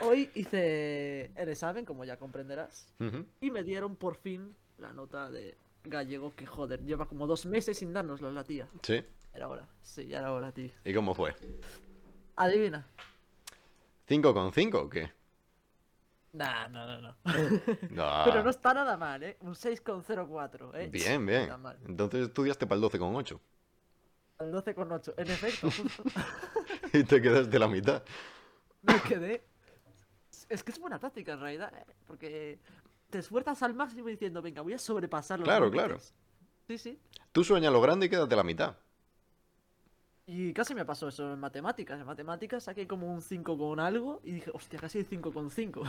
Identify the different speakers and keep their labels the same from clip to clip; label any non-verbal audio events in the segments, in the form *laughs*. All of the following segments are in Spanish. Speaker 1: Hoy hice el examen, como ya comprenderás,
Speaker 2: Ujú.
Speaker 1: y me dieron por fin la nota de gallego que, joder, lleva como dos meses sin dárnosla la tía.
Speaker 2: Sí.
Speaker 1: Era hora, sí, ya era hora, tío.
Speaker 2: ¿Y cómo fue?
Speaker 1: Adivina.
Speaker 2: ¿5 con 5 o qué?
Speaker 1: Nah, no, no, no.
Speaker 2: Ah,
Speaker 1: Pero no está nada mal, ¿eh? Un 6,04, ¿eh?
Speaker 2: bien,
Speaker 1: No
Speaker 2: bien.
Speaker 1: está mal.
Speaker 2: Entonces estudiaste para el 12 con 8.
Speaker 1: El 12,8. En efecto, justo *laughs*
Speaker 2: *laughs* Y te quedaste la mitad.
Speaker 1: me quedé. Es que es buena táctica en realidad, ¿eh? Porque te esfuerzas al máximo diciendo, venga, voy a sobrepasar los
Speaker 2: Claro,
Speaker 1: límites".
Speaker 2: claro.
Speaker 1: Sí, sí.
Speaker 2: Tú sueñas lo grande y quédate la mitad.
Speaker 1: Y casi me pasó eso en matemáticas. En matemáticas saqué como un 5 con algo y dije, hostia, casi el 5 con 5.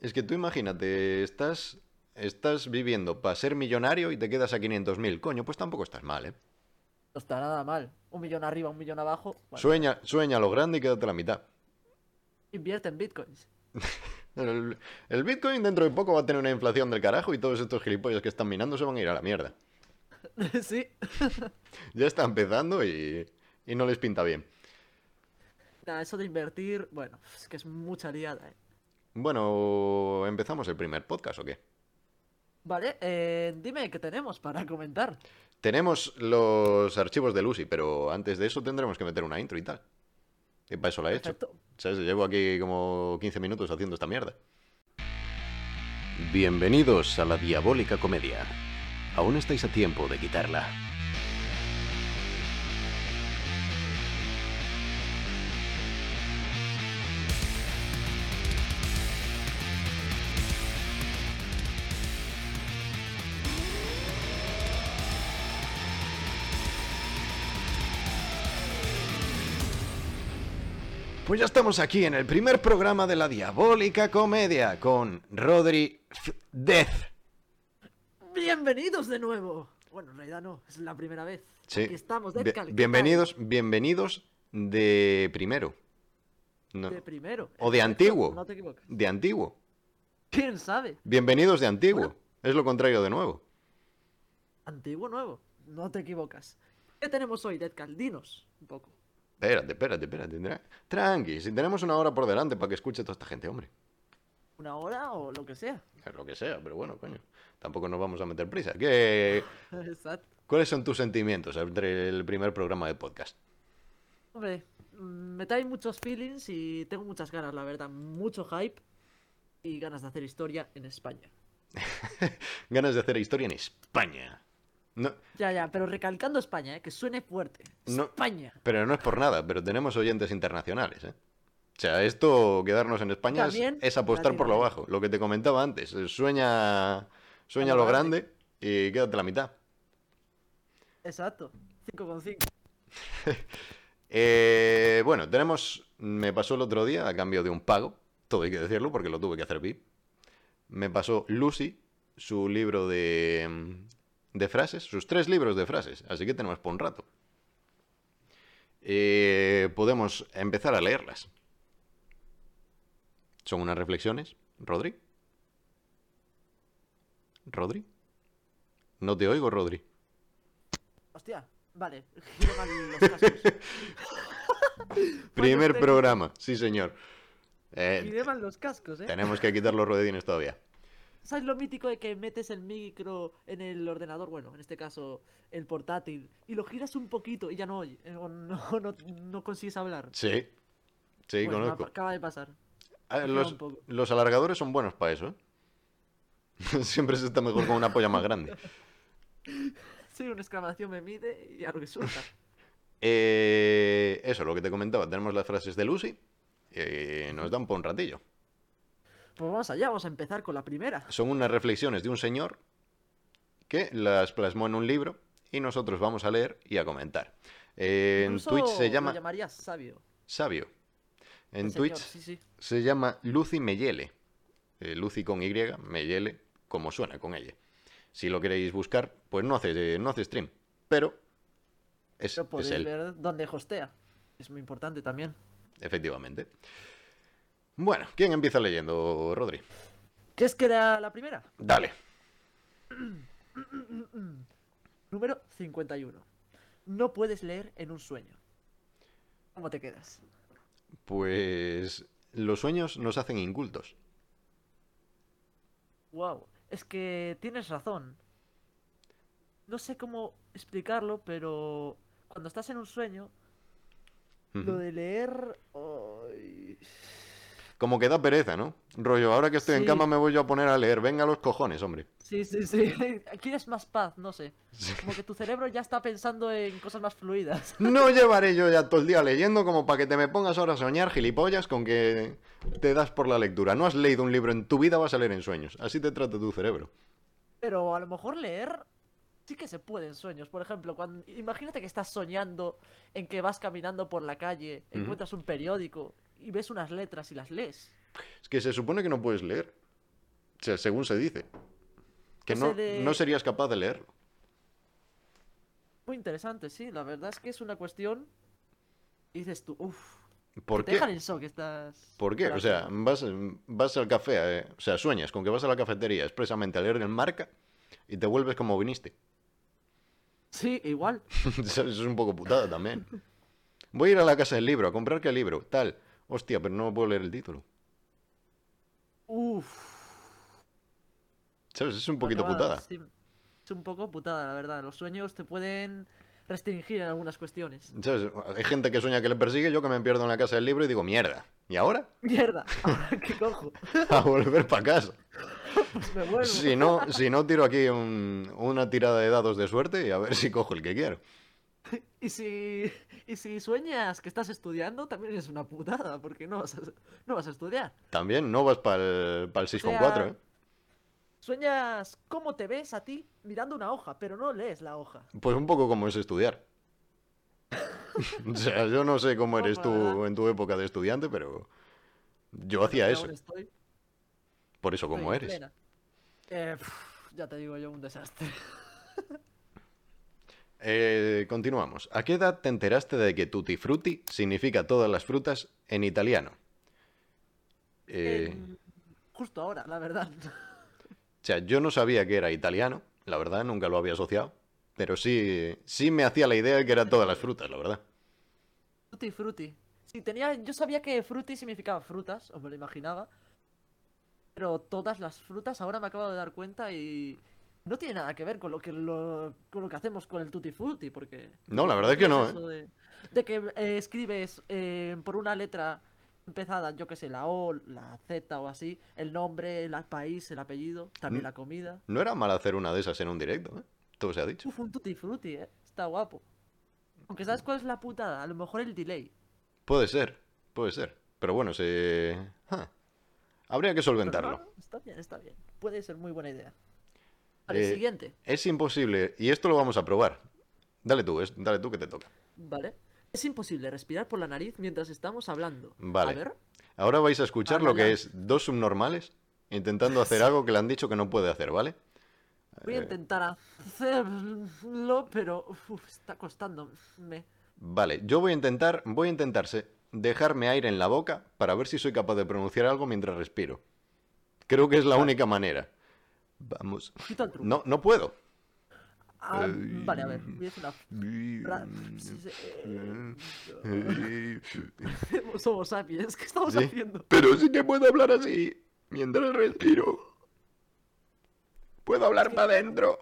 Speaker 2: Es que tú imagínate, estás, estás viviendo para ser millonario y te quedas a 500.000. Coño, pues tampoco estás mal, ¿eh?
Speaker 1: *laughs* No está nada mal. Un millón arriba, un millón abajo. Bueno,
Speaker 2: Sueña, sueña lo grande y quédate la mitad.
Speaker 1: Invierte en bitcoins. *laughs*
Speaker 2: El, el Bitcoin dentro de poco va a tener una inflación del carajo y todos estos gilipollas que están minando se van a ir a la mierda.
Speaker 1: sí.
Speaker 2: Ya está empezando y, y no les pinta bien.
Speaker 1: Nah, eso de invertir, bueno, es que es mucha liada, ¿eh?
Speaker 2: Bueno, ¿empezamos el primer podcast o qué?
Speaker 1: Vale, eh, dime qué tenemos para comentar.
Speaker 2: Tenemos los archivos de Lucy, pero antes de eso tendremos que meter una intro y tal. Y para eso la he hecho.
Speaker 1: Perfecto.
Speaker 2: ¿Sabes? Llevo aquí como 15 minutos haciendo esta mierda. Bienvenidos a la diabólica comedia. Aún estáis a tiempo de quitarla. Pues ya estamos aquí en el primer programa de la diabólica comedia con Rodri F- Death.
Speaker 1: Bienvenidos de nuevo. Bueno, en realidad no, es la primera vez.
Speaker 2: Sí.
Speaker 1: Aquí estamos de
Speaker 2: Bien-
Speaker 1: Calcuta,
Speaker 2: bienvenidos, bienvenidos de primero. No,
Speaker 1: De primero.
Speaker 2: O de
Speaker 1: Exacto,
Speaker 2: antiguo.
Speaker 1: No te equivocas.
Speaker 2: de antiguo.
Speaker 1: ¿Quién sabe?
Speaker 2: Bienvenidos de antiguo.
Speaker 1: Bueno.
Speaker 2: Es lo contrario de nuevo.
Speaker 1: Antiguo nuevo. No te equivocas. ¿Qué tenemos hoy, Dead Caldinos? Un poco.
Speaker 2: Espérate, espérate, espérate. tra- Tranqui, si tenemos una hora por delante para que escuche toda esta gente, hombre.
Speaker 1: Una hora o lo que sea.
Speaker 2: Es lo que sea, pero bueno, coño. Tampoco nos vamos a meter prisa. ¿Qué...
Speaker 1: Exacto.
Speaker 2: ¿Cuáles son tus sentimientos entre el primer programa de podcast?
Speaker 1: Hombre, mm, me trae muchos feelings y tengo muchas ganas, la verdad. Mucho hype y ganas de hacer historia en España.
Speaker 2: Ganas de hacer historia en España. No,
Speaker 1: Ya, ya, pero recalcando España, ¿eh? que suene fuerte.
Speaker 2: No.
Speaker 1: España.
Speaker 2: pero no es por nada, pero tenemos oyentes internacionales, ¿eh? O sea, esto, quedarnos en España es,
Speaker 1: También
Speaker 2: es apostar por lo bajo. Lo que te comentaba antes, eh, sueña, sueña
Speaker 1: lo
Speaker 2: lo grande y quédate la mitad.
Speaker 1: Exacto. 5,5.
Speaker 2: Eh, bueno, tenemos. Me pasó el otro día a cambio de un pago. Todo hay que decirlo porque lo tuve que hacer VIP. Me pasó Lucy su libro de. mm, de frases, sus tres libros de frases. Así que tenemos por un rato. Eh, podemos empezar a leerlas. Son unas reflexiones. Rodri. Rodri. No te oigo, Rodri.
Speaker 1: Hostia, vale. Giro mal los cascos.
Speaker 2: Primer
Speaker 1: técnicos.
Speaker 2: programa, sí señor. Eh,
Speaker 1: Giré mal los cascos, ¿eh?
Speaker 2: Tenemos que quitar los rodedines todavía.
Speaker 1: ¿Sabes lo mítico de que metes el micro en el ordenador? Bueno, en este caso, el portátil. Y lo giras un poquito y ya no oye. eh, o No, *laughs* no, no consigues hablar.
Speaker 2: Sí, sí,
Speaker 1: Bueno, me
Speaker 2: conozco.
Speaker 1: Acaba de pasar.
Speaker 2: Ah,
Speaker 1: queda
Speaker 2: los,
Speaker 1: un poco.
Speaker 2: los alargadores son buenos para eso. ¿eh? *laughs* Siempre se está mejor con una polla más grande.
Speaker 1: Sí, una exclamación me mide y a lo que suelta.
Speaker 2: Eh, eso, lo que te comentaba. Tenemos las frases de Lucy. eh, nos dan por un ratillo.
Speaker 1: Pues vamos allá, vamos a empezar con la primera.
Speaker 2: Son unas reflexiones de un señor que las plasmó en un libro y nosotros vamos a leer y a comentar. Eh, en
Speaker 1: Incluso
Speaker 2: Twitch se
Speaker 1: lo
Speaker 2: llama
Speaker 1: llamarías sabio.
Speaker 2: Sabio. En
Speaker 1: el señor,
Speaker 2: Twitch
Speaker 1: Sí, sí.
Speaker 2: se llama Lucy Meyele. Eh, Lucy con Y, Meyele, como suena con ella. Si lo queréis buscar, pues no hace, eh, no hace stream. Pero es,
Speaker 1: Pero
Speaker 2: es
Speaker 1: podéis
Speaker 2: él,
Speaker 1: ver dónde hostea. Es muy importante también.
Speaker 2: efectivamente. Bueno, ¿quién empieza leyendo, Rodri?
Speaker 1: ¿Qué es que era la primera?
Speaker 2: Dale.
Speaker 1: Número 51. No puedes leer en un sueño. ¿Cómo te quedas?
Speaker 2: Pues Los sueños nos hacen incultos.
Speaker 1: Wow, es que tienes razón. No sé cómo explicarlo, pero cuando estás en un sueño, lo
Speaker 2: Ujú.
Speaker 1: de leer... ay,
Speaker 2: Como que da pereza, ¿no? Rollo, ahora que estoy en
Speaker 1: Sí.
Speaker 2: cama me voy yo a poner a leer. Venga los cojones, hombre.
Speaker 1: Sí, sí, sí. *laughs* Quieres más paz, no sé.
Speaker 2: Sí.
Speaker 1: Como que tu cerebro ya está pensando en cosas más fluidas. *laughs*
Speaker 2: No llevaré yo ya todo el día leyendo como para que te me pongas ahora a soñar, gilipollas, con que te das por la lectura. No has leído un libro en tu vida, vas a leer en sueños. Así te trata tu cerebro.
Speaker 1: Pero a lo mejor leer sí que se puede en sueños. Por ejemplo, cuando imagínate que estás soñando en que vas caminando por la calle,
Speaker 2: Ujú.
Speaker 1: encuentras un periódico y ves unas letras y las lees.
Speaker 2: Es que se supone que no puedes leer. O sea, según se dice. Que
Speaker 1: Ese
Speaker 2: no,
Speaker 1: de-
Speaker 2: no serías capaz de leerlo.
Speaker 1: Muy interesante, sí. La verdad es que es una cuestión. Y dices tú, uff.
Speaker 2: ¿Por
Speaker 1: te
Speaker 2: qué?
Speaker 1: dejan en shock estas.
Speaker 2: ¿Por qué? O sea,
Speaker 1: prácticas.
Speaker 2: vas, vas al café, eh, o sea, sueñas con que vas a la cafetería expresamente a leer el marca y te vuelves como viniste. *laughs*
Speaker 1: Sí, igual.
Speaker 2: Eso es un poco putada también. Voy a ir a la casa del libro, a comprar qué libro, tal. Hostia, pero no puedo leer el título.
Speaker 1: Uff.
Speaker 2: ¿Sabes? Es un poquito
Speaker 1: Acabas,
Speaker 2: putada.
Speaker 1: sí. Es un poco putada, la verdad. Los sueños te pueden restringir en algunas cuestiones.
Speaker 2: ¿Sabes? Hay gente que sueña que le persigue, yo que me pierdo en la casa del libro y digo, mierda. ¿Y ahora? *laughs*
Speaker 1: Mierda, *laughs* ahora que cojo,
Speaker 2: A volver para casa.
Speaker 1: pues me vuelvo.
Speaker 2: Si no, si no, tiro aquí un- una tirada de dados de suerte y a ver si cojo el que quiero.
Speaker 1: Y si, y si sueñas que estás estudiando, también es una putada, porque no vas a, no vas a estudiar.
Speaker 2: También no vas para el 6 con 4, ¿eh?
Speaker 1: Sueñas cómo te ves a ti mirando una hoja, pero no lees la hoja.
Speaker 2: Pues un poco como
Speaker 1: *laughs*
Speaker 2: es estudiar. o sea, yo no sé cómo
Speaker 1: Poco,
Speaker 2: eres
Speaker 1: la
Speaker 2: tú
Speaker 1: verdad.
Speaker 2: en tu época de estudiante, pero yo hacía
Speaker 1: Y
Speaker 2: eso.
Speaker 1: aún estoy, estoy
Speaker 2: Por eso como
Speaker 1: en
Speaker 2: eres.
Speaker 1: plena. Eh, pf, ya te digo yo, un desastre.
Speaker 2: Eh, continuamos. ¿A qué edad te enteraste de que tutti frutti significa todas las frutas en italiano? Eh,
Speaker 1: En- *laughs* Justo ahora, la verdad.
Speaker 2: O sea, yo no sabía que era italiano, la verdad, nunca lo había asociado. Pero sí, sí me hacía la idea de que eran todas las frutas, la verdad.
Speaker 1: Tutti frutti. Sí, tenía, yo sabía que frutti significaba frutas, o me lo imaginaba. Pero todas las frutas ahora me acabo de dar cuenta y no tiene nada que ver con lo que lo, con lo que hacemos con el tutti frutti, porque
Speaker 2: No, la verdad es que no, ¿eh?
Speaker 1: eso de, de que eh, escribes eh, por una letra empezada, yo que sé, la O, la Z o así, el nombre, el país, el apellido, también
Speaker 2: Mm.
Speaker 1: la comida.
Speaker 2: No era mal hacer una de esas en un directo, ¿eh? Todo se ha dicho.
Speaker 1: Uf, un tutti frutti, eh. Está guapo. Aunque sabes cuál es la putada, a lo mejor el delay.
Speaker 2: Puede ser, puede ser. Pero bueno, se... ja. Habría que
Speaker 1: Pero no,
Speaker 2: solventarlo.
Speaker 1: no, está bien, está bien. Puede ser muy buena idea. Vale,
Speaker 2: Eh,
Speaker 1: siguiente.
Speaker 2: Es imposible, y esto lo vamos a probar. Dale tú, es- dale tú que te toca.
Speaker 1: Vale. Es imposible respirar por la nariz mientras estamos hablando.
Speaker 2: Vale.
Speaker 1: A ver.
Speaker 2: Ahora vais a escuchar
Speaker 1: Ahora
Speaker 2: lo que
Speaker 1: ya.
Speaker 2: es dos subnormales intentando hacer algo que le han dicho que no puede hacer, ¿vale?
Speaker 1: Voy
Speaker 2: Eh.
Speaker 1: a intentar hacerlo, pero uf, está costándome.
Speaker 2: Vale, yo voy a intentar, voy a intentarse dejarme aire en la boca para ver si soy capaz de pronunciar algo mientras respiro. Creo que es la única manera. Vamos.
Speaker 1: Quita el truco.
Speaker 2: No, no puedo.
Speaker 1: Ah,
Speaker 2: eh,
Speaker 1: vale, a ver. Voy a hacer una fra-
Speaker 2: Mm.
Speaker 1: sí, sí, eh, *laughs* Somos sapiens. ¿Qué estamos
Speaker 2: Sí.
Speaker 1: haciendo?
Speaker 2: Pero sí que puedo hablar así mientras respiro. Puedo hablar para adentro.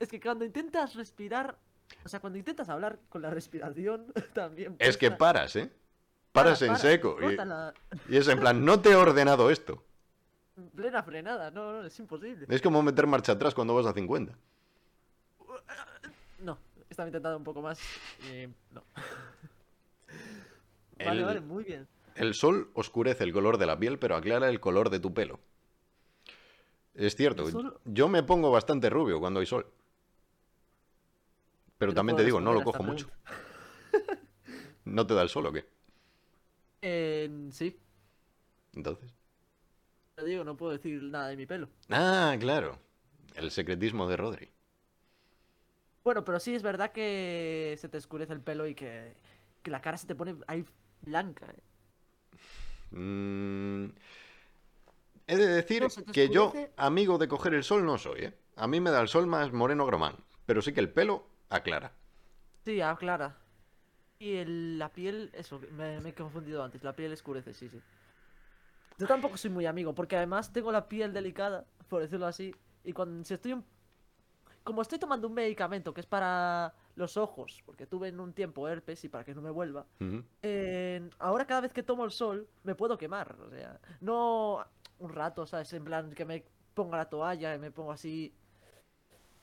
Speaker 1: Es que cuando intentas respirar. O sea, cuando intentas hablar con la respiración *laughs* también.
Speaker 2: Es que
Speaker 1: cuesta.
Speaker 2: paras, ¿eh? Paras en seco. y-
Speaker 1: córtala.
Speaker 2: y es en plan, no te he ordenado esto.
Speaker 1: Plena frenada. No, no, es imposible.
Speaker 2: Es como meter marcha atrás cuando vas a 50.
Speaker 1: No, estaba intentando un poco más. eh,
Speaker 2: *laughs*
Speaker 1: no.
Speaker 2: El-
Speaker 1: Vale, vale, muy bien.
Speaker 2: El sol oscurece el color de la piel, pero aclara el color de tu pelo. Es cierto,
Speaker 1: El sol-
Speaker 2: yo me pongo bastante rubio cuando hay sol. Pero
Speaker 1: No
Speaker 2: también
Speaker 1: puedo
Speaker 2: te digo, no lo
Speaker 1: responder a
Speaker 2: cojo
Speaker 1: esta
Speaker 2: mucho.
Speaker 1: pregunta.
Speaker 2: ¿No te da el sol o qué?
Speaker 1: Eh, sí,
Speaker 2: Entonces.
Speaker 1: te digo, no puedo decir nada de mi pelo.
Speaker 2: Ah, claro. El secretismo de Rodri.
Speaker 1: Bueno, pero sí es verdad que se te oscurece el pelo y que, que la cara se te pone ahí blanca. eh.
Speaker 2: Mm, He de decir
Speaker 1: No, se te
Speaker 2: que yo,
Speaker 1: oscurece.
Speaker 2: amigo de coger el sol, no soy, ¿eh? A mí me da el sol más moreno gromán. Pero sí que el pelo aclara.
Speaker 1: Sí, aclara. ah, Y el- la piel, eso, me, me he confundido antes, la piel escurece, sí, sí. Yo tampoco soy muy amigo, porque además tengo la piel delicada, por decirlo así, y cuando si estoy un... Como estoy tomando un medicamento que es para los ojos, porque tuve en un tiempo herpes y para que no me vuelva,
Speaker 2: Ujú.
Speaker 1: eh, ahora cada vez que tomo el sol me puedo quemar, o sea, no un rato, ¿sabes? En plan que me ponga la toalla y me pongo así,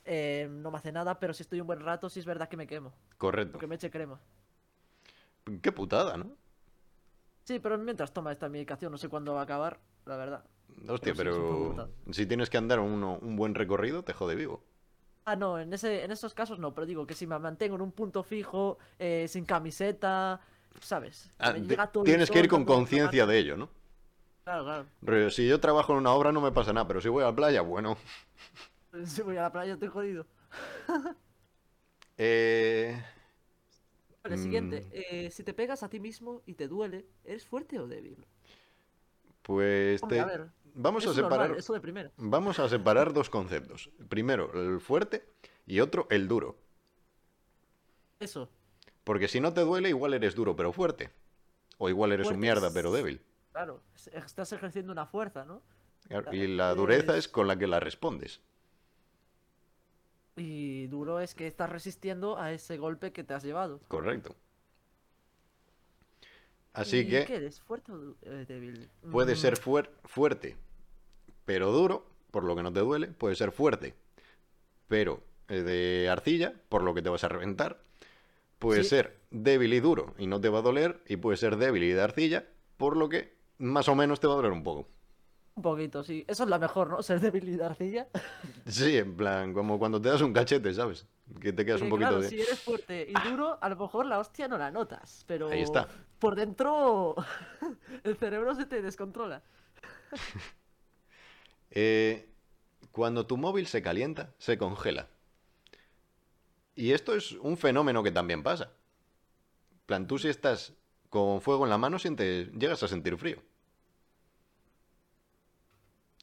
Speaker 1: eh, no me hace nada, pero si estoy un buen rato sí es verdad que me quemo,
Speaker 2: Correcto.
Speaker 1: o que me eche crema.
Speaker 2: Qué putada, ¿no?
Speaker 1: Sí, pero mientras toma esta medicación, no sé cuándo va a acabar, la verdad.
Speaker 2: Hostia,
Speaker 1: Pero sí, es un poco
Speaker 2: pero, si tienes que andar uno- un buen recorrido, te jode vivo.
Speaker 1: Ah, no, en ese, en esos casos no, pero digo que si me mantengo en un punto fijo, eh, sin camiseta, ¿sabes?
Speaker 2: Ah,
Speaker 1: Me
Speaker 2: te-
Speaker 1: llega todo el
Speaker 2: tienes que
Speaker 1: sol,
Speaker 2: ir con
Speaker 1: no puedo
Speaker 2: conciencia de ello, ¿no?
Speaker 1: tomar- Claro, claro. *laughs*
Speaker 2: Rollo, si yo trabajo en una obra no me pasa nada, pero si voy a la playa, bueno.
Speaker 1: Si voy a la playa estoy jodido.
Speaker 2: Eh,
Speaker 1: Vale, siguiente.
Speaker 2: Mm.
Speaker 1: Eh, si te pegas a ti mismo y te duele, ¿eres fuerte o débil?
Speaker 2: pues
Speaker 1: Hombre,
Speaker 2: te-
Speaker 1: a ver,
Speaker 2: vamos a
Speaker 1: es normal,
Speaker 2: separar,
Speaker 1: eso de primera.
Speaker 2: vamos a separar dos conceptos. Primero el fuerte y otro el duro,
Speaker 1: Eso.
Speaker 2: porque si no te duele igual eres duro pero fuerte, o igual eres un
Speaker 1: Fuerte
Speaker 2: mierda
Speaker 1: es-
Speaker 2: pero débil.
Speaker 1: Claro, es- estás ejerciendo una fuerza, ¿no?
Speaker 2: Claro, Y la dureza
Speaker 1: Es-
Speaker 2: es con la que la respondes.
Speaker 1: Y duro es que estás resistiendo a ese golpe que te has llevado.
Speaker 2: Correcto. Así
Speaker 1: ¿Y
Speaker 2: que
Speaker 1: ¿Qué eres? ¿Fuerte o du- eh, débil?
Speaker 2: Puede
Speaker 1: Mm,
Speaker 2: ser fuer- fuerte, pero duro, por lo que no te duele. Puede ser fuerte, pero eh, de arcilla, por lo que te vas a reventar. Puede
Speaker 1: Sí.
Speaker 2: ser débil y duro y no te va a doler. Y puede ser débil y de arcilla, por lo que más o menos te va a doler un poco.
Speaker 1: Un poquito, sí. Eso es la mejor, ¿no? *laughs* Ser débil y de arcilla.
Speaker 2: Sí, en plan, como cuando te das un cachete, ¿sabes? Que te quedas
Speaker 1: Porque,
Speaker 2: un poquito
Speaker 1: claro,
Speaker 2: de... Ah.
Speaker 1: si eres fuerte y duro, a lo mejor la hostia no la notas, pero
Speaker 2: Ahí está.
Speaker 1: por dentro *laughs* el cerebro se te descontrola.
Speaker 2: Eh, cuando tu móvil se calienta, se congela. Y esto es un fenómeno que también pasa. En plan, tú si estás con fuego en la mano, sientes, llegas a sentir frío.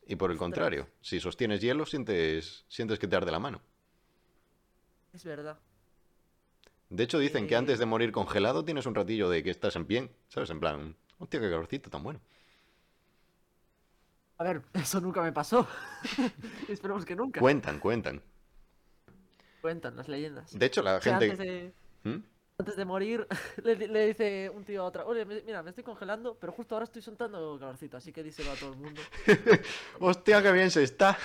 Speaker 2: Y por el
Speaker 1: Ostras.
Speaker 2: contrario, si sostienes hielo, sientes, sientes que te arde la mano.
Speaker 1: Es verdad.
Speaker 2: De hecho, dicen que
Speaker 1: Eh.
Speaker 2: antes de morir congelado tienes un ratillo de que estás en bien, ¿sabes? En plan, hostia, qué calorcito tan bueno.
Speaker 1: A ver, eso nunca me pasó. *laughs* Esperemos que nunca.
Speaker 2: Cuentan, cuentan.
Speaker 1: Cuentan las leyendas.
Speaker 2: De hecho, la
Speaker 1: O sea,
Speaker 2: gente...
Speaker 1: antes, de,
Speaker 2: ¿Mm?
Speaker 1: antes de morir, *laughs* le, di- le dice un tío a otra, oye, me- mira, me estoy congelando, pero justo ahora estoy soltando calorcito, así que díselo a todo el
Speaker 2: *laughs*
Speaker 1: mundo.
Speaker 2: Hostia, qué bien
Speaker 1: *laughs*
Speaker 2: se está.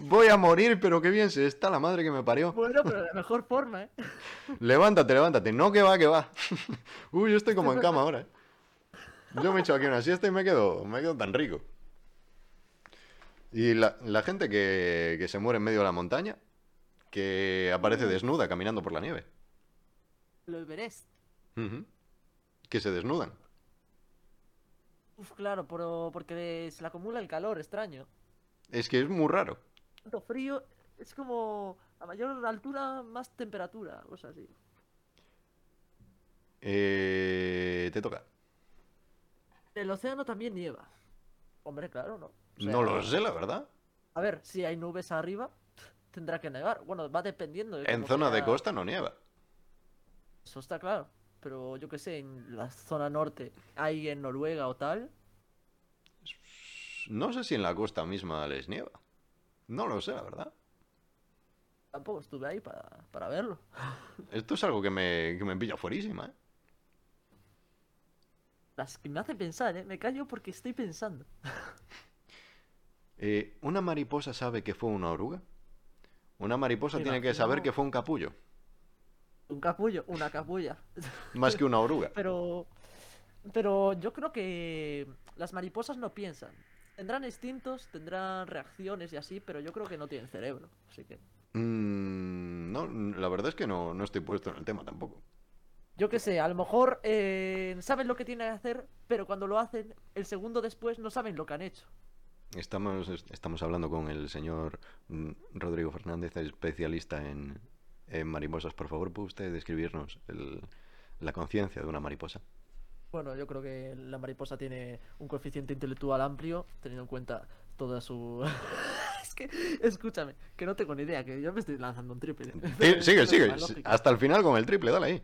Speaker 2: Voy a morir, pero qué bien se está la madre que me parió.
Speaker 1: Bueno, pero de la mejor forma, ¿eh? *laughs*
Speaker 2: Levántate, levántate. No, que va, que va. *laughs* Uy, yo estoy como en cama ahora. ¿eh? Yo me echo aquí una siesta y me quedo, me quedo tan rico. Y la, la gente que, que se muere en medio de la montaña, que
Speaker 1: Mm.
Speaker 2: aparece desnuda caminando por la nieve.
Speaker 1: Lo veréis.
Speaker 2: Ujú. Que se desnudan.
Speaker 1: Uf, claro, pero porque se le acumula el calor, extraño.
Speaker 2: Es que es muy raro.
Speaker 1: Tanto frío es como a mayor altura, más temperatura, cosas así.
Speaker 2: Eh, te toca.
Speaker 1: El océano también nieva. Hombre, claro, ¿no? O sea,
Speaker 2: No lo sé, la verdad.
Speaker 1: A ver, si hay nubes arriba, tendrá que nevar. Bueno, va dependiendo. de
Speaker 2: En
Speaker 1: cómo
Speaker 2: zona de
Speaker 1: sea-
Speaker 2: costa no nieva.
Speaker 1: Eso está claro. Pero yo qué sé, en la zona norte, ahí en Noruega o tal.
Speaker 2: No sé si en la costa misma les nieva. No lo sé, la verdad.
Speaker 1: Tampoco estuve ahí para, para verlo.
Speaker 2: Esto es algo que me, que me pilla fuerísima, ¿eh?
Speaker 1: Las que me hacen pensar, ¿eh? Me callo porque estoy pensando.
Speaker 2: Eh, ¿Una mariposa sabe que fue una oruga? Una mariposa
Speaker 1: Me
Speaker 2: tiene que
Speaker 1: imagino.
Speaker 2: saber que fue un capullo,
Speaker 1: Un capullo, una capulla.
Speaker 2: más que una oruga.
Speaker 1: Pero. Pero yo creo que las mariposas no piensan. Tendrán instintos, tendrán reacciones y así, pero yo creo que no tienen cerebro. Así que.
Speaker 2: Mm, no, la verdad es que no, no estoy puesto en el tema tampoco.
Speaker 1: Yo qué sé, a lo mejor eh, saben lo que tienen que hacer, pero cuando lo hacen, el segundo después no saben lo que han hecho.
Speaker 2: Estamos, estamos hablando con el señor mm, Rodrigo Fernández, especialista en, en mariposas. Por favor, ¿puede usted describirnos el- la conciencia de
Speaker 1: *laughs*
Speaker 2: una mariposa?
Speaker 1: Bueno, yo creo que la mariposa tiene un coeficiente intelectual amplio, teniendo en cuenta toda su, *laughs* es que, escúchame, que no tengo ni idea, que yo me estoy lanzando un triple.
Speaker 2: Sí, sigue,
Speaker 1: Es
Speaker 2: sigue.
Speaker 1: la lógica.
Speaker 2: Hasta el final con el triple, dale ahí.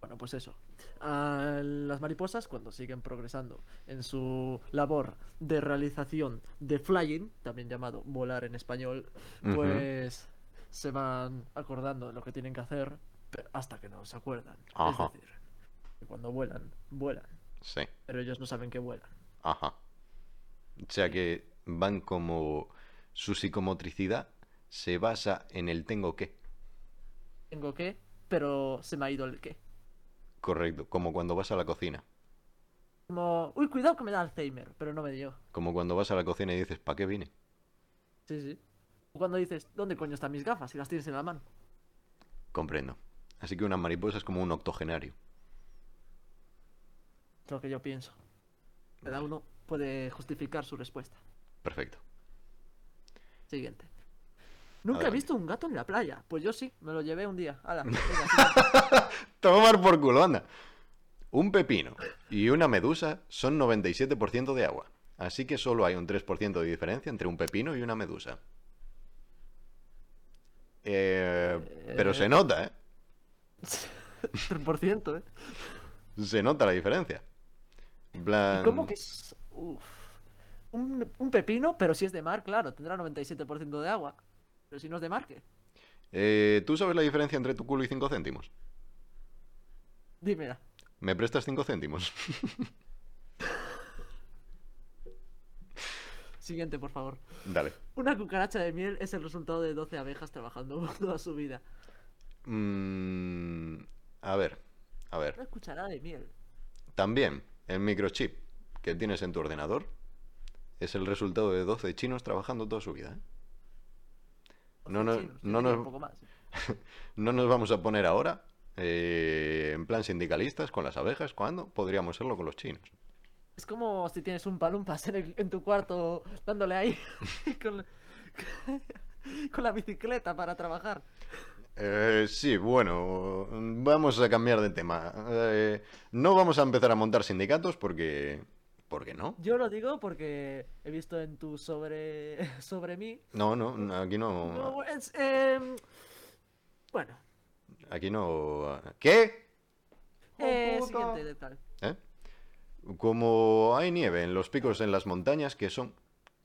Speaker 1: Bueno, pues eso. A las mariposas, cuando siguen progresando en su labor de realización de flying, también llamado volar en español,
Speaker 2: Ujú.
Speaker 1: pues se van acordando de lo que tienen que hacer pero hasta que no se acuerdan.
Speaker 2: Ajá.
Speaker 1: Es decir, que cuando vuelan, vuelan,
Speaker 2: Sí,
Speaker 1: pero ellos no saben que vuelan.
Speaker 2: ajá. O sea que van como. Su psicomotricidad se basa en el tengo que.
Speaker 1: Tengo que, pero se me ha ido el qué.
Speaker 2: Correcto, como cuando vas a la cocina.
Speaker 1: Como, uy, cuidado que me da Alzheimer, pero no me dio.
Speaker 2: Como cuando vas a la cocina y dices, ¿para qué vine?
Speaker 1: Sí, sí. O Cuando dices, ¿dónde coño están mis gafas? Y las tienes en la mano.
Speaker 2: Comprendo. Así que una mariposa es como un octogenario.
Speaker 1: Es lo que yo pienso. Cada uno puede justificar su respuesta.
Speaker 2: Perfecto.
Speaker 1: Siguiente. Nunca he
Speaker 2: Adelante.
Speaker 1: visto un gato en la playa. Pues yo sí, me lo llevé un día.
Speaker 2: *laughs*
Speaker 1: Ala, venga,
Speaker 2: Tomar por culo, anda. Un pepino y una medusa son 97% de agua. Así que solo hay un 3% de diferencia entre un pepino y una medusa. Eh, pero se nota, ¿eh?
Speaker 1: sigue. 3%, ¿eh?
Speaker 2: Se nota la diferencia. En plan,
Speaker 1: ¿Cómo que es...? Uf. Un, un pepino, pero si es de mar, claro, tendrá 97% de agua. Pero si no es de mar, ¿qué?
Speaker 2: eh, ¿Tú sabes la diferencia entre tu culo y 5 céntimos?
Speaker 1: Dímela.
Speaker 2: ¿Me prestas 5 céntimos? *laughs*
Speaker 1: Siguiente, por favor.
Speaker 2: Dale.
Speaker 1: Una cucaracha de miel es el resultado de 12 abejas trabajando *laughs* toda su vida.
Speaker 2: Mm, a ver, a ver.
Speaker 1: Una cucharada de miel.
Speaker 2: También, el microchip que tienes en tu ordenador es el resultado de 12 chinos trabajando toda su vida. ¿eh? No, no,
Speaker 1: Chinos, yo
Speaker 2: no,
Speaker 1: diría
Speaker 2: no.
Speaker 1: Un poco más.
Speaker 2: No nos vamos a poner ahora eh, en plan sindicalistas con las abejas, cuando podríamos serlo con los chinos.
Speaker 1: Es como si tienes un palumpas en, el- en tu cuarto dándole ahí *laughs* con, con la bicicleta para trabajar.
Speaker 2: Eh, sí, bueno, vamos a cambiar de tema. Eh, no vamos a empezar a montar sindicatos porque... ¿Por qué no?
Speaker 1: Yo lo digo porque he visto en tu sobre *laughs* sobre mí.
Speaker 2: No, no, aquí no...
Speaker 1: No, es, em, bueno,
Speaker 2: Aquí no... ¿Qué?
Speaker 1: eh,
Speaker 2: puta.
Speaker 1: siguiente detalle.
Speaker 2: ¿Eh? Como hay nieve en los picos en las montañas que son.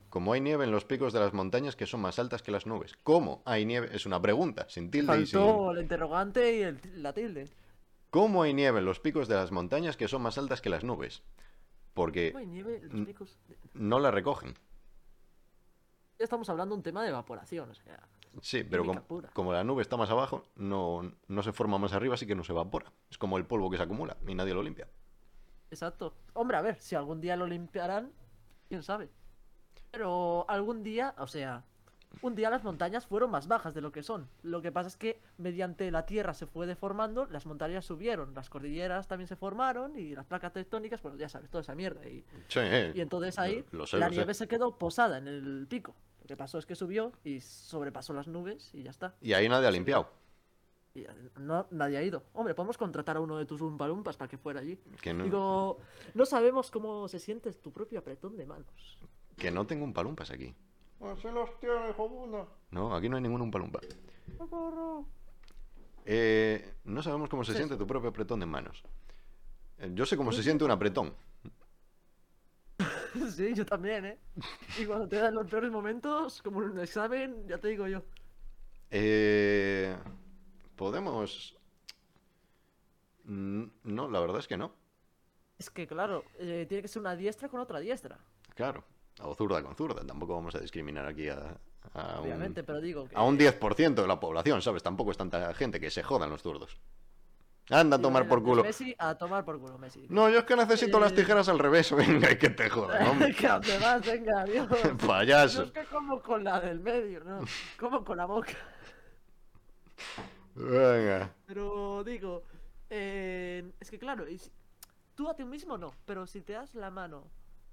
Speaker 2: Como hay nieve en los picos de las montañas que son más altas que las nubes. ¿Cómo hay nieve? Es una pregunta, sin tilde y sin.
Speaker 1: Faltó el interrogante y el- la tilde.
Speaker 2: ¿Cómo hay nieve en los picos de las montañas que son más altas que las nubes?
Speaker 1: ¿Cómo
Speaker 2: Porque
Speaker 1: hay nieve en los
Speaker 2: mm.
Speaker 1: picos? Ya
Speaker 2: no la recogen.
Speaker 1: estamos hablando de un tema de evaporación, o sea.
Speaker 2: Sí, pero
Speaker 1: Química
Speaker 2: com-
Speaker 1: pura.
Speaker 2: como la nube está más abajo, no, no se forma más arriba, así que no se evapora. Es como el polvo que se acumula y nadie lo limpia.
Speaker 1: Exacto. Hombre, a ver, si algún día lo limpiarán, quién sabe. Pero algún día, o sea, un día las montañas fueron más bajas de lo que son. Lo que pasa es que mediante la Tierra se fue deformando, las montañas subieron, las cordilleras también se formaron y las placas tectónicas, bueno, ya sabes, toda esa mierda. Y,
Speaker 2: Sí, eh.
Speaker 1: y entonces ahí
Speaker 2: lo- lo sé,
Speaker 1: la
Speaker 2: lo sé.
Speaker 1: nieve se quedó posada en el pico. Lo que pasó es que subió y sobrepasó las nubes y ya está.
Speaker 2: Y ahí nadie ha limpiado.
Speaker 1: Y ya no, nadie ha ido. Hombre, podemos contratar a uno de tus umpalumpas para que fuera allí.
Speaker 2: Que no,
Speaker 1: Digo, no sabemos cómo se siente tu propio apretón de manos.
Speaker 2: que no tengo un palumpas aquí.
Speaker 3: Así los tiene, hijo puta.
Speaker 2: No, aquí no hay ningún palumpa.
Speaker 1: ¡Socorro!
Speaker 2: Eh, no sabemos cómo se
Speaker 1: Sí.
Speaker 2: siente tu propio apretón de manos. Eh, Yo sé cómo se siente un apretón.
Speaker 1: *laughs* Sí, yo también, ¿eh? Y cuando te dan los peores momentos, como en un examen, ya te digo yo.
Speaker 2: Eh, Podemos... Mm, No, la verdad es que no.
Speaker 1: Es que, claro, eh, tiene que ser una diestra con otra diestra,
Speaker 2: Claro. O zurda con zurda. Tampoco vamos a discriminar aquí a, a un,
Speaker 1: obviamente, pero digo que...
Speaker 2: a un 10% de la población, ¿sabes? Tampoco es tanta gente que se jodan los zurdos. Anda a
Speaker 1: digo,
Speaker 2: tomar por
Speaker 1: delante de
Speaker 2: culo.
Speaker 1: Messi, a tomar por culo, Messi.
Speaker 2: No, yo es que necesito las
Speaker 1: Eh.
Speaker 2: tijeras al revés. *laughs* Venga, y que te jodan,
Speaker 1: *laughs*
Speaker 2: hombre.
Speaker 1: Que a donde vas, venga,
Speaker 2: *laughs*
Speaker 1: adiós. Yo
Speaker 2: Payaso.
Speaker 1: es que como con la del medio,
Speaker 2: *laughs*
Speaker 1: ¿no? Como con la boca.
Speaker 2: Venga.
Speaker 1: Pero digo, eh, es que claro, y si- tú a ti mismo no, pero si te das la mano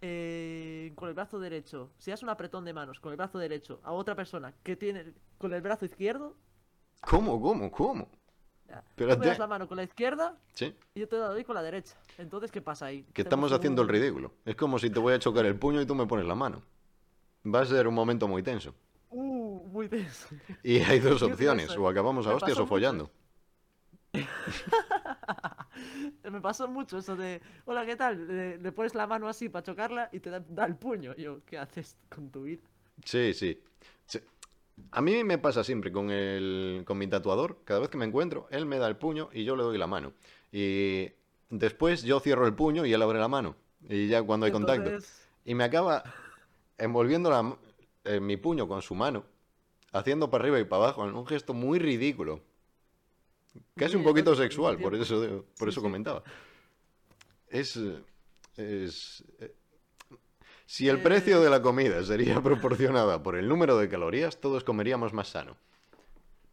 Speaker 1: eh, con el brazo derecho, si das un apretón de manos con el brazo derecho a otra persona que tiene con el brazo izquierdo,
Speaker 2: ¿Cómo, cómo, cómo?
Speaker 1: ya, tú me
Speaker 2: Espérate.
Speaker 1: das la mano con la izquierda
Speaker 2: Sí,
Speaker 1: y yo te doy con la derecha. Entonces, ¿qué pasa ahí?
Speaker 2: que
Speaker 1: Hacemos
Speaker 2: estamos haciendo el
Speaker 1: un-
Speaker 2: ridículo. Es como si te voy a chocar el puño y tú me pones la mano. Va a ser un momento muy tenso.
Speaker 1: Uh, muy tenso.
Speaker 2: Y hay dos
Speaker 1: Yo creo
Speaker 2: opciones,
Speaker 1: eso,
Speaker 2: o acabamos a
Speaker 1: me
Speaker 2: hostias
Speaker 1: pasó
Speaker 2: o
Speaker 1: mucho.
Speaker 2: follando.
Speaker 1: *laughs* Me pasó mucho eso de, hola, ¿qué tal? Le, le pones la mano así para chocarla y te da, da el puño. Y yo, ¿qué haces con tu vida?
Speaker 2: Sí, sí. Sí. A mí me pasa siempre con, el, con mi tatuador. Cada vez que me encuentro, él me da el puño y yo le doy la mano. Y después yo cierro el puño y él abre la mano. Y ya cuando hay contacto.
Speaker 1: Entonces,
Speaker 2: Y me acaba envolviendo la m- eh, mi puño con su mano, haciendo para arriba y para abajo, en un gesto muy ridículo. Casi
Speaker 1: Sí,
Speaker 2: un poquito
Speaker 1: yo- yo
Speaker 2: sexual, por
Speaker 1: entiendo.
Speaker 2: eso, de- por
Speaker 1: Sí,
Speaker 2: eso
Speaker 1: sí.
Speaker 2: comentaba. Es. eh, es eh, si el
Speaker 1: Eh,
Speaker 2: precio de la comida sería *laughs* proporcionada por el número de calorías, todos comeríamos más sano.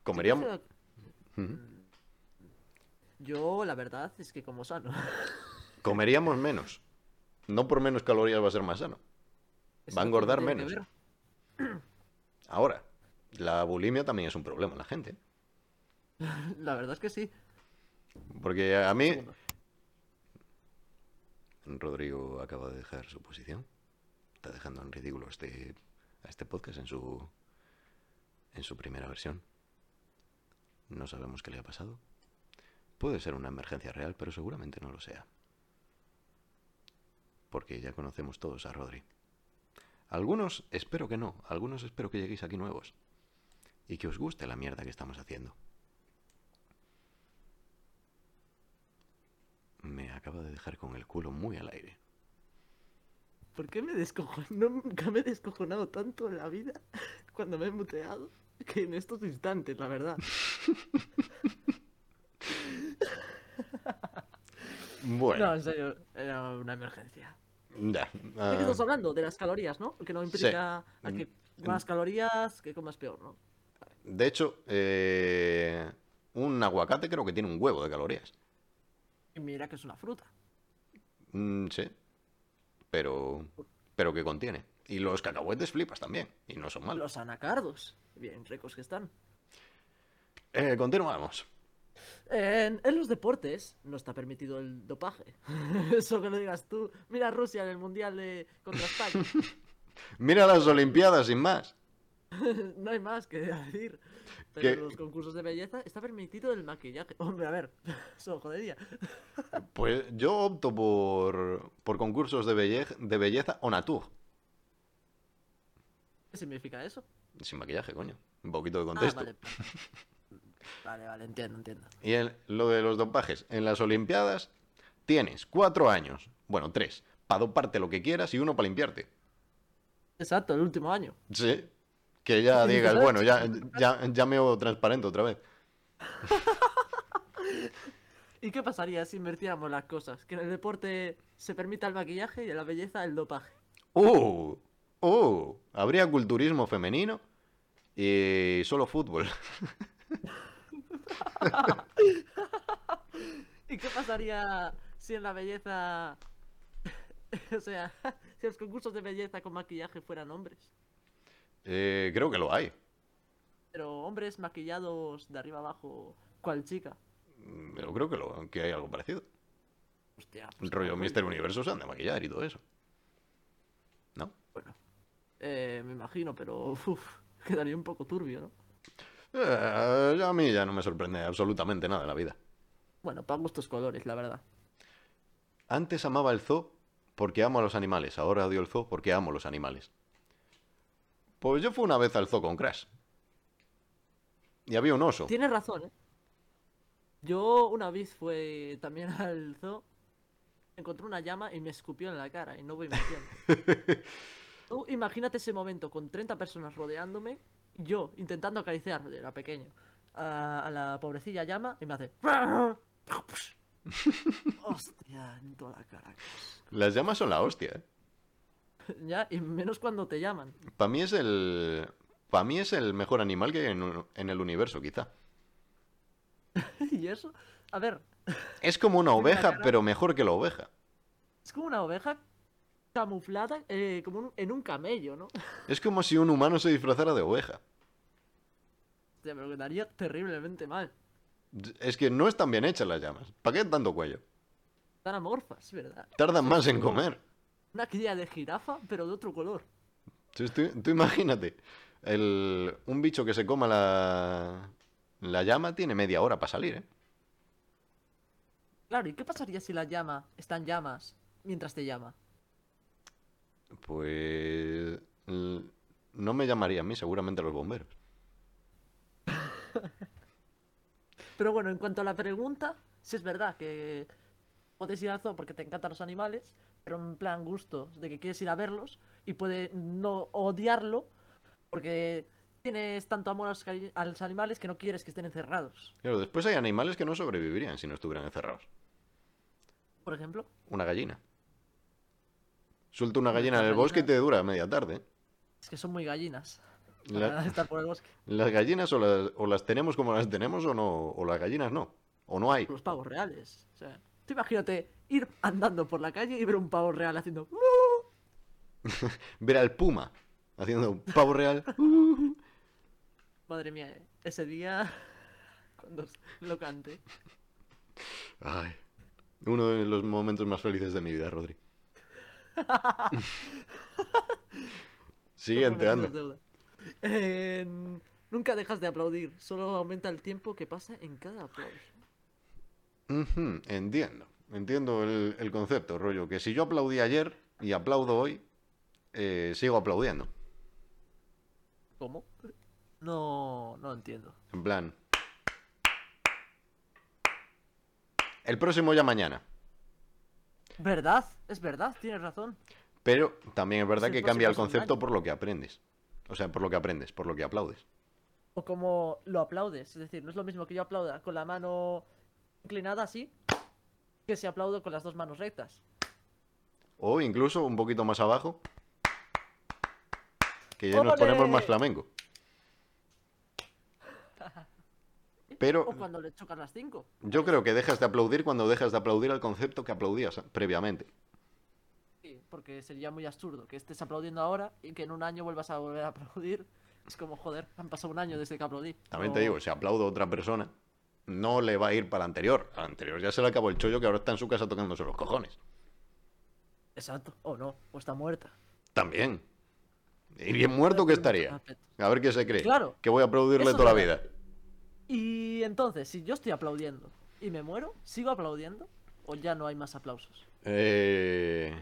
Speaker 2: Comeríamos. Ujú.
Speaker 1: Yo, la verdad, es que como sano. *laughs*
Speaker 2: Comeríamos menos. No por menos calorías va a ser más sano.
Speaker 1: Eso
Speaker 2: Va a
Speaker 1: no
Speaker 2: engordar
Speaker 1: tiene que
Speaker 2: menos.
Speaker 1: ver.
Speaker 2: Ahora, la bulimia también es un problema en la gente.
Speaker 1: La verdad es que sí.
Speaker 2: Porque a mí.
Speaker 1: Segundo.
Speaker 2: Rodrigo acaba de dejar su posición. Está dejando en ridículo este, a este podcast en su, en su primera versión. No sabemos qué le ha pasado. Puede ser una emergencia real, pero seguramente no lo sea. Porque ya conocemos todos a Rodri. Algunos espero que no, algunos espero que lleguéis aquí nuevos. Y que os guste la mierda que estamos haciendo. Me acaba de dejar con el culo muy al aire.
Speaker 1: ¿Por qué me descojo? Nunca me he descojonado tanto en la vida *laughs* cuando me he muteado que en estos instantes, la verdad. No,
Speaker 2: *laughs* Bueno,
Speaker 1: en serio, era una emergencia.
Speaker 2: ya,
Speaker 1: ¿De
Speaker 2: ah,
Speaker 1: qué estás hablando? De las calorías, ¿no? Que no implica a
Speaker 2: Mm,
Speaker 1: que más calorías, que comas peor, ¿no?
Speaker 2: de hecho, eh, un aguacate creo que tiene un huevo de calorías.
Speaker 1: Y mira que es una fruta.
Speaker 2: Mm, sí, pero, pero que contiene. Y los cacahuetes flipas también, y no son malos.
Speaker 1: Los anacardos, bien ricos que están.
Speaker 2: Eh, continuamos.
Speaker 1: En, en los deportes no está permitido el dopaje. *laughs* Eso que lo digas tú. Mira a Rusia en el Mundial de contra España. *laughs*
Speaker 2: Mira las Olimpiadas sin más.
Speaker 1: no hay más que decir. Pero
Speaker 2: Que-
Speaker 1: en los concursos de belleza está permitido el maquillaje. Hombre, a ver, *laughs* eso jodería.
Speaker 2: Pues yo opto por, por concursos de belleza, de belleza o natur,
Speaker 1: ¿Qué significa eso?
Speaker 2: sin maquillaje, coño. Un poquito de
Speaker 1: Ah,
Speaker 2: contexto.
Speaker 1: vale. Vale, vale, entiendo, entiendo.
Speaker 2: Y el- lo de los dopajes. En las Olimpiadas tienes cuatro años, bueno, tres, para doparte lo que quieras y uno para limpiarte.
Speaker 1: Exacto, el último año.
Speaker 2: Sí. Que ya
Speaker 1: Sí,
Speaker 2: digas,
Speaker 1: ¿verdad?
Speaker 2: bueno, ya, ya, ya me veo transparente otra vez.
Speaker 1: ¿Y qué pasaría si invirtiéramos las cosas? Que en el deporte se permita el maquillaje y en la belleza el dopaje.
Speaker 2: ¡Uh! ¡Uh! Habría culturismo femenino y solo fútbol. *laughs*
Speaker 1: ¿Y qué pasaría si en la belleza... *laughs* o sea, *laughs* si los concursos de belleza con maquillaje fueran hombres?
Speaker 2: Eh, creo que lo hay.
Speaker 1: Pero hombres maquillados de arriba abajo, cual chica.
Speaker 2: Pero creo que, lo, que hay algo parecido.
Speaker 1: Hostia, pues
Speaker 2: Rollo
Speaker 1: cool.
Speaker 2: Mister Universo se han de maquillar y todo eso. ¿No?
Speaker 1: Bueno, eh, me imagino, pero uf, *laughs* quedaría un poco turbio, ¿no?
Speaker 2: Eh, a mí ya no me sorprende absolutamente nada en la vida.
Speaker 1: Bueno, para gustos colores, la verdad.
Speaker 2: Antes amaba el zoo porque amo a los animales. Ahora odio el zoo porque amo los animales. Pues yo fui una vez al zoo con Crash. Y había un oso.
Speaker 1: Tienes razón, ¿eh? Yo una vez fue también *laughs* al zoo, encontré una llama y me escupió en la cara, y no voy mintiendo. Tú imagínate ese momento con 30 personas rodeándome, yo intentando acariciar, era pequeño, a, a la pobrecilla llama y me hace... *laughs* Hostia, en toda la cara. *laughs*
Speaker 2: Las llamas son la hostia, ¿eh?
Speaker 1: Ya, y menos cuando te llaman. *laughs*
Speaker 2: Para mí es el. Para mí es el mejor animal que hay en, un- en el universo, quizá.
Speaker 1: Y eso, a ver,
Speaker 2: Es como una
Speaker 1: Tiene una
Speaker 2: oveja,
Speaker 1: cara-
Speaker 2: pero mejor que la oveja.
Speaker 1: es como una oveja camuflada eh, como un- en un camello, ¿no?
Speaker 2: Es como si un humano se disfrazara de oveja.
Speaker 1: Hostia, pero quedaría terriblemente mal.
Speaker 2: Es que no están bien hechas las llamas. ¿Para qué tanto cuello?
Speaker 1: Están amorfas, ¿verdad?
Speaker 2: Tardan más en comer.
Speaker 1: Una cría de jirafa, pero de otro color.
Speaker 2: Sí, Tú, tú imagínate, el- un bicho que se coma la, la llama tiene media hora para salir, ¿eh?
Speaker 1: Claro, ¿y qué pasaría si la llama está en llamas mientras te llama?
Speaker 2: Pues... l- No me llamaría a mí, seguramente a los bomberos.
Speaker 1: Pero bueno, en cuanto a la pregunta, sí es verdad que puedes ir al zoo porque te encantan los animales, pero en plan gusto de que quieres ir a verlos y puedes no odiarlo porque tienes tanto amor a los, cari- a los animales que no quieres que estén encerrados.
Speaker 2: Claro, después hay animales que no sobrevivirían si no estuvieran encerrados.
Speaker 1: Por ejemplo,
Speaker 2: Una gallina. Suelta una
Speaker 1: Hombre,
Speaker 2: gallina en
Speaker 1: las
Speaker 2: el bosque y te
Speaker 1: gallinas-
Speaker 2: dura media tarde. ¿eh?
Speaker 1: es que son muy gallinas
Speaker 2: La-
Speaker 1: para *laughs* estar por el bosque.
Speaker 2: Las gallinas o las, o las tenemos como las tenemos o no, o las gallinas no, o no *laughs* hay.
Speaker 1: Los pavos reales. O sea, tú imagínate ir andando por la calle y ver un pavo real haciendo... "Mu".
Speaker 2: Ver al puma haciendo un pavo real.
Speaker 1: Madre mía, eh, ese día *laughs* cuando lo cante.
Speaker 2: Ay, uno de los momentos más felices de mi vida, *laughs* Rodri. Siguiente,
Speaker 1: Comprometo
Speaker 2: anda.
Speaker 1: las deudas. En- Nunca dejas de aplaudir, solo aumenta el tiempo que pasa en cada aplauso.
Speaker 2: Ujú, entiendo, entiendo el, el concepto, rollo, que si yo aplaudí ayer y aplaudo hoy, eh, sigo aplaudiendo.
Speaker 1: ¿Cómo? No, no entiendo.
Speaker 2: En plan. El próximo ya mañana.
Speaker 1: ¿Verdad? Es verdad, tienes razón.
Speaker 2: Pero también es verdad
Speaker 1: el
Speaker 2: que cambia el
Speaker 1: próximo
Speaker 2: concepto
Speaker 1: semanario.
Speaker 2: por lo que aprendes. O sea, por lo que aprendes, por lo que aplaudes.
Speaker 1: O como lo aplaudes, es decir, no es lo mismo que yo aplauda con la mano inclinada así que si aplaudo con las dos manos rectas.
Speaker 2: O incluso un poquito más abajo. Que ya nos
Speaker 1: ¡Ole!
Speaker 2: ponemos más flamenco. Pero
Speaker 1: O cuando le chocan las cinco.
Speaker 2: yo creo que dejas de aplaudir cuando dejas de aplaudir al concepto que aplaudías previamente.
Speaker 1: Sí, porque sería muy absurdo que estés aplaudiendo ahora y que en un año vuelvas a volver a aplaudir. Es como, joder, han pasado un año desde que aplaudí.
Speaker 2: También te
Speaker 1: No-
Speaker 2: digo, si aplaudo a otra persona, no le va a ir para anterior. Al anterior ya se le acabó el chollo que ahora está en su casa tocándose los cojones.
Speaker 1: Exacto, o no, o está muerta.
Speaker 2: También. Y bien muerto que estaría. A ver qué se cree.
Speaker 1: Claro.
Speaker 2: Que voy a aplaudirle
Speaker 1: Eso
Speaker 2: toda la
Speaker 1: es
Speaker 2: vida.
Speaker 1: verdad. Y entonces, si yo estoy aplaudiendo y me muero, ¿sigo aplaudiendo? ¿O ya no hay más aplausos?
Speaker 2: Eh,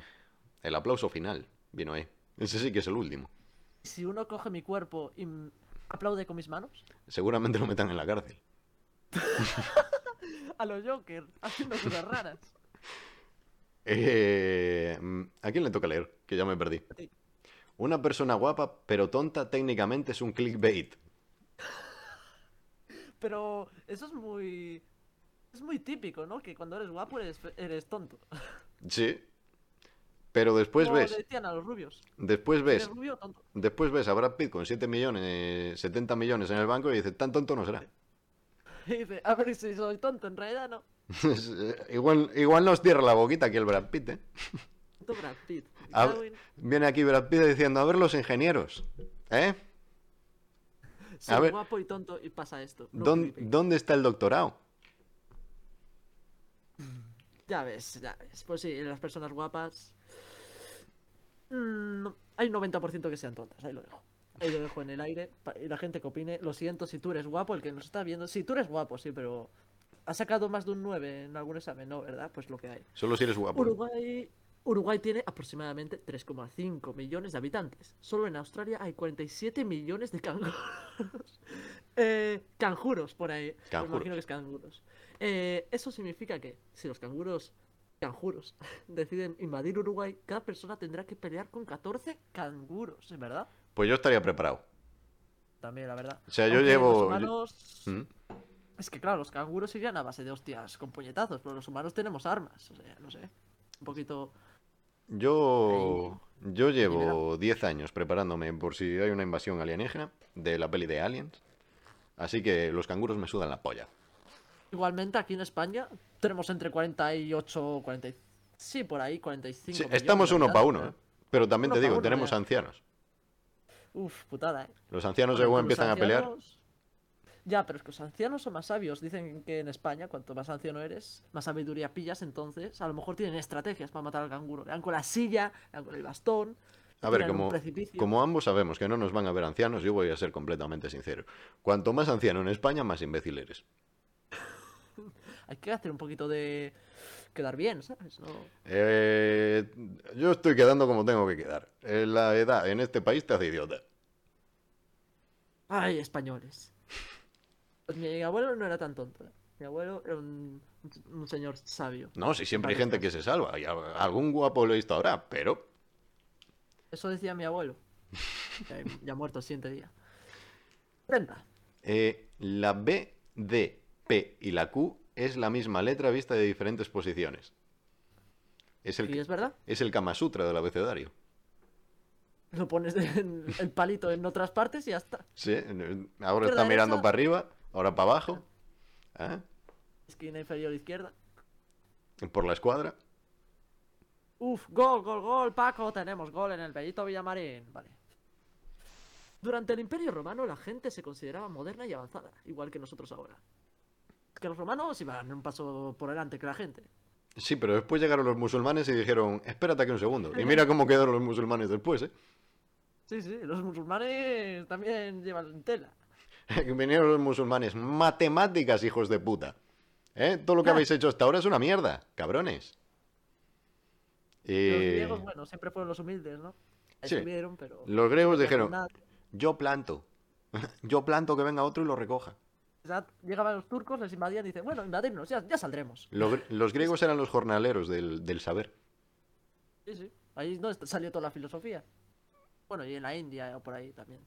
Speaker 2: el aplauso final. Vino ahí. Ese sí que es el último.
Speaker 1: Si uno coge mi cuerpo y m- aplaude con mis manos,
Speaker 2: Seguramente lo metan en la cárcel.
Speaker 1: a los Joker, haciendo
Speaker 2: *laughs*
Speaker 1: cosas raras.
Speaker 2: Eh, mm, ¿A quién le toca leer? Que ya me perdí.
Speaker 1: A ti.
Speaker 2: Una persona guapa pero tonta técnicamente es un clickbait.
Speaker 1: Pero eso es muy. Es muy típico, ¿no? Que cuando eres guapo eres, fe- eres tonto.
Speaker 2: Sí. Pero después
Speaker 1: Como le
Speaker 2: Pues ves,
Speaker 1: decían a los rubios.
Speaker 2: después
Speaker 1: ¿Eres
Speaker 2: ves,
Speaker 1: rubio o tonto?
Speaker 2: después ves a Brad Pitt con 7 millones, 70 millones en el banco y dices, tan tonto no será. *laughs*
Speaker 1: Y dice, a ver si soy tonto, en realidad no.
Speaker 2: eh, igual, igual nos cierra la boquita que el Brad Pitt, ¿eh?
Speaker 1: Tonto Brad Pitt.
Speaker 2: A-
Speaker 1: Darwin,
Speaker 2: viene aquí Brad Pitt diciendo, a ver los ingenieros, ¿eh?
Speaker 1: soy
Speaker 2: ver.
Speaker 1: guapo y tonto y pasa esto. No
Speaker 2: ¿Dón-
Speaker 1: clickbait.
Speaker 2: ¿Dónde está el doctorado?
Speaker 1: Ya ves, ya ves. Pues sí, las personas guapas. mm, hay un 90% que sean tontas, ahí lo dejo. Ahí lo dejo en el aire. pa- Y la gente que opine. Lo siento si tú eres guapo, el que nos está viendo. Sí, tú eres guapo, sí, pero. Has sacado más de un 9 en algún examen, ¿no? ¿Verdad? Pues lo que hay.
Speaker 2: Solo si eres guapo.
Speaker 1: Uruguay. Uruguay tiene aproximadamente 3,5 millones de habitantes. Solo en Australia hay 47 millones de canguros. *laughs* Eh, canjuros, por ahí. Me
Speaker 2: Canjuros.
Speaker 1: imagino que es canguros. Eh, eso significa que si los canguros, canjuros, *laughs* deciden invadir Uruguay, cada persona tendrá que pelear con 14 canguros, ¿es verdad?
Speaker 2: Pues yo estaría preparado.
Speaker 1: También, la verdad.
Speaker 2: O sea, yo
Speaker 1: Aunque
Speaker 2: llevo-
Speaker 1: los
Speaker 2: yo-
Speaker 1: humanos-
Speaker 2: ¿Mm?
Speaker 1: Es que claro, los canguros irían a base de hostias con puñetazos, pero los humanos tenemos armas. O sea, no sé. Un poquito...
Speaker 2: Yo, yo llevo 10 años preparándome por si hay una invasión alienígena de la peli de Aliens. Así que los canguros me sudan la polla.
Speaker 1: Igualmente aquí en España tenemos entre 48, 40... y- Sí, por ahí, 45.
Speaker 2: Sí,
Speaker 1: millones
Speaker 2: estamos
Speaker 1: de
Speaker 2: uno para uno,
Speaker 1: habitantes.
Speaker 2: ¿eh? Pero también
Speaker 1: Uno
Speaker 2: te
Speaker 1: pa'
Speaker 2: digo,
Speaker 1: uno,
Speaker 2: tenemos
Speaker 1: ya.
Speaker 2: ancianos.
Speaker 1: Uf, putada, ¿eh?
Speaker 2: Los ancianos
Speaker 1: Bueno,
Speaker 2: según
Speaker 1: con los
Speaker 2: empiezan a pelear.
Speaker 1: ancianos- Ya, pero es que los ancianos son más sabios. Dicen que en España, cuanto más anciano eres, más sabiduría pillas. Entonces, a lo mejor tienen estrategias para matar al canguro. Le dan con la silla, le dan con el bastón.
Speaker 2: A ver,
Speaker 1: tiran un
Speaker 2: como,
Speaker 1: precipicio.
Speaker 2: como ambos sabemos que no nos van a ver ancianos, yo voy a ser completamente sincero. Cuanto más anciano en España, más imbécil eres.
Speaker 1: Hay que hacer un poquito de. quedar bien, ¿sabes? No...
Speaker 2: Eh, yo estoy quedando como tengo que quedar. Eh, la edad en este país te hace idiota.
Speaker 1: Ay, españoles. Pues mi abuelo no era tan tonto. ¿eh? Mi abuelo era un, un- un señor sabio.
Speaker 2: No, si siempre hay
Speaker 1: Vale,
Speaker 2: gente que se salva. Y a- algún guapo lo he visto ahora, pero
Speaker 1: Eso decía mi
Speaker 2: *laughs*
Speaker 1: abuelo. Eh, ya muerto el siguiente día. Venga.
Speaker 2: Eh, la B, D, P y la Q es la misma letra vista de diferentes posiciones. Es el,
Speaker 1: ¿Y es verdad?
Speaker 2: es el Kama Sutra del abecedario.
Speaker 1: Lo pones en el palito en otras partes y ya está.
Speaker 2: Sí, eh, ahora
Speaker 1: Izquierda,
Speaker 2: está mirando
Speaker 1: derecha.
Speaker 2: para arriba, ahora para abajo, ¿ah?
Speaker 1: Esquina inferior izquierda.
Speaker 2: ¿eh? por la escuadra.
Speaker 1: Uf, gol, gol, gol, Paco, tenemos gol en el Benito Villamarín. Vale. Durante el Imperio Romano la gente se consideraba moderna y avanzada, igual que nosotros ahora. Es que los romanos iban un paso por delante que la gente.
Speaker 2: Sí, pero después llegaron los musulmanes y dijeron, espérate aquí un segundo. Y mira cómo quedaron los musulmanes después, ¿eh?
Speaker 1: Sí, sí, los musulmanes también llevan tela.
Speaker 2: *laughs* Vinieron los musulmanes. Matemáticas, hijos de puta. ¿Eh? Todo lo que
Speaker 1: Ah.
Speaker 2: habéis hecho hasta ahora es una mierda, cabrones.
Speaker 1: Los
Speaker 2: Eh,
Speaker 1: griegos, bueno, siempre fueron los humildes, ¿no? Ahí
Speaker 2: sí.
Speaker 1: Estuvieron, pero...
Speaker 2: Los griegos dijeron,
Speaker 1: nada.
Speaker 2: yo planto. *laughs* Yo planto que venga otro y lo recoja.
Speaker 1: Ya llegaban los turcos, les invadían y dicen, bueno, invadirnos, ya, ya saldremos.
Speaker 2: Lo- los griegos eran los jornaleros del, del saber.
Speaker 1: Sí, sí. Ahí no est- salió toda la filosofía. Bueno, y en la India o por ahí también.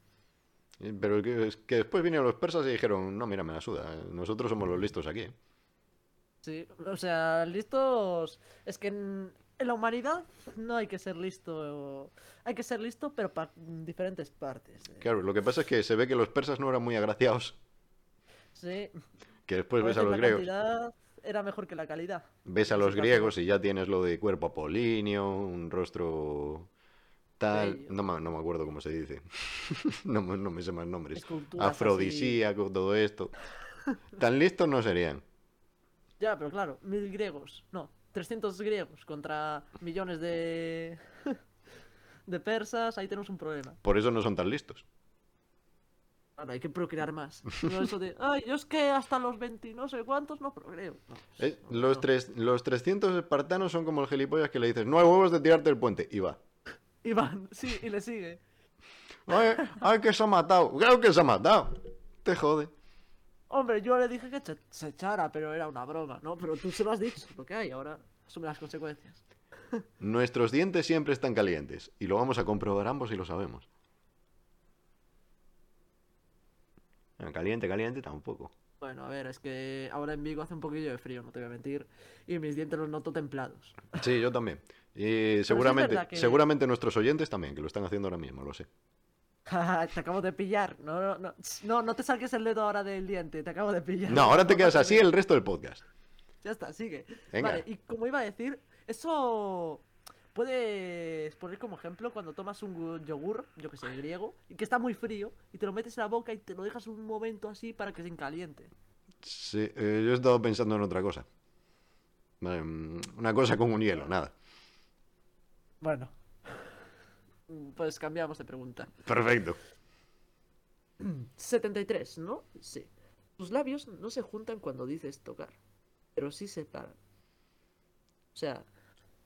Speaker 2: Eh, Pero que, es que después vinieron los persas y dijeron, no, mira, me la suda. eh, Nosotros somos los listos aquí. eh".
Speaker 1: Sí, o sea, listos. Es que en, en la humanidad no hay que ser listo. Hay que ser listo, pero para diferentes partes. eh.
Speaker 2: Claro, lo que pasa es que se ve que los persas no eran muy agraciados.
Speaker 1: Sí,
Speaker 2: Que después
Speaker 1: a
Speaker 2: ves a
Speaker 1: veces
Speaker 2: los
Speaker 1: la
Speaker 2: griegos.
Speaker 1: cantidad era mejor que la calidad.
Speaker 2: Ves a
Speaker 1: en
Speaker 2: los
Speaker 1: su caso.
Speaker 2: griegos y ya tienes lo de cuerpo apolíneo, un rostro tal.
Speaker 1: Bello.
Speaker 2: No me, no me acuerdo cómo se dice. *laughs* no, me- no me sé más nombres.
Speaker 1: Esculturas así.
Speaker 2: Afrodisíaco,
Speaker 1: *laughs*
Speaker 2: todo esto. Tan listos no serían.
Speaker 1: Ya, pero claro, mil griegos. No, 300 griegos contra millones de. *laughs* de persas. Ahí tenemos un problema.
Speaker 2: Por eso no son tan listos.
Speaker 1: Claro, hay que procrear más. No eso de, ay, yo es que hasta los 20 no sé cuántos no procreo. No,
Speaker 2: Eh,
Speaker 1: no,
Speaker 2: Los,
Speaker 1: no.
Speaker 2: tres, los 300 espartanos son como el gilipollas que le dices, no hay huevos de tirarte el puente. Y va.
Speaker 1: Y van, sí, y le sigue.
Speaker 2: Ay, ay, que se ha matado. Claro que se ha matado. Te jode.
Speaker 1: Hombre, yo le dije que se, se echara, pero era una broma, ¿no? Pero tú se lo has dicho, lo que hay, ahora asume las consecuencias.
Speaker 2: Nuestros dientes siempre están calientes. Y lo vamos a comprobar ambos y lo sabemos. Ah, Caliente, caliente tampoco.
Speaker 1: Bueno, a ver, es que ahora en Vigo hace un poquillo de frío, no te voy a mentir, y mis dientes los noto templados.
Speaker 2: Sí, yo también. Y seguramente,
Speaker 1: verdad que-
Speaker 2: seguramente nuestros oyentes también, que lo están haciendo ahora mismo, lo sé.
Speaker 1: Jaja, *laughs* te acabo de pillar, no, no, no, Tss, no, no te saques el dedo ahora del diente, te acabo de pillar.
Speaker 2: No, ahora te quedas así el resto del podcast.
Speaker 1: *laughs* Ya está, sigue.
Speaker 2: Venga.
Speaker 1: Vale, y como iba a decir, eso puedes poner como ejemplo cuando tomas un gu- yogur, yo que sé, griego, y que está muy frío, y te lo metes en la boca y te lo dejas un momento así para que se caliente.
Speaker 2: Sí, eh, yo he estado pensando en otra cosa. Vale, mm, Una cosa con un hielo, nada.
Speaker 1: Bueno. Pues cambiamos de pregunta.
Speaker 2: Perfecto.
Speaker 1: 73, ¿no? Sí. Tus labios no se juntan cuando dices tocar, pero sí separan. O sea,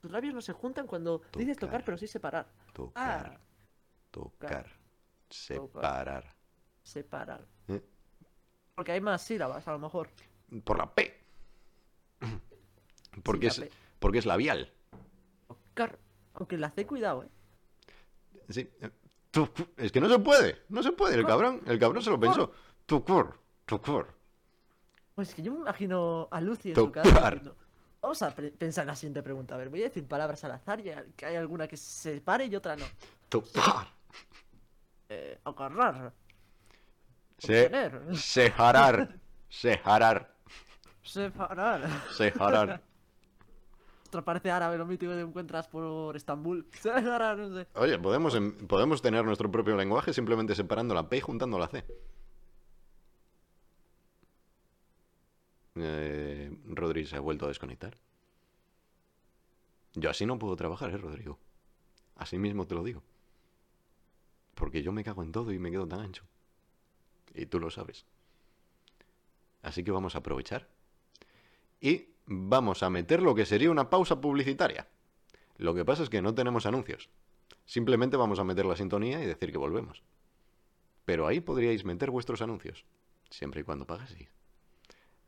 Speaker 1: tus labios no se juntan cuando dices tocar,
Speaker 2: Tocar.
Speaker 1: pero sí separar.
Speaker 2: Tocar,
Speaker 1: Ah,
Speaker 2: tocar, separar.
Speaker 1: separar.
Speaker 2: ¿Eh?
Speaker 1: Porque hay más sílabas, a lo mejor.
Speaker 2: Por la
Speaker 1: *clears throat*
Speaker 2: P. Porque,
Speaker 1: la
Speaker 2: es,
Speaker 1: P.
Speaker 2: porque es labial.
Speaker 1: Tocar. Aunque la C, cuidado, ¿eh?
Speaker 2: Sí. eh, tu- Es que no se puede, no se puede. El
Speaker 1: No.
Speaker 2: cabrón, el cabrón se lo pensó. Tocar, tocar.
Speaker 1: Pues es que yo me imagino a Lucy en su casa
Speaker 2: Tocar.
Speaker 1: diciendo, Vamos a pre- pensar en la siguiente pregunta. A ver, voy a decir palabras al azar y a- que hay alguna que se separe y otra no.
Speaker 2: Tocar.
Speaker 1: Eh, agarrar,
Speaker 2: Se,
Speaker 1: obtener,
Speaker 2: sejarar. Sejarar.
Speaker 1: separar.
Speaker 2: Sejarar.
Speaker 1: Otra parte árabe, lo mítico que encuentras por Estambul. *laughs* Separar, no sé.
Speaker 2: Oye, podemos, em- podemos tener nuestro propio lenguaje simplemente separando la P y juntando la C. Eh, Rodri se ha vuelto a desconectar. Yo así no puedo trabajar, ¿eh, Rodrigo? Así mismo te lo digo. Porque yo me cago en todo y me quedo tan ancho. Y tú lo sabes. Así que vamos a aprovechar. Y vamos a meter lo que sería una pausa publicitaria. Lo que pasa es que no tenemos anuncios. Simplemente vamos a meter la sintonía y decir que volvemos. Pero ahí podríais meter vuestros anuncios. Siempre y cuando pagaseis.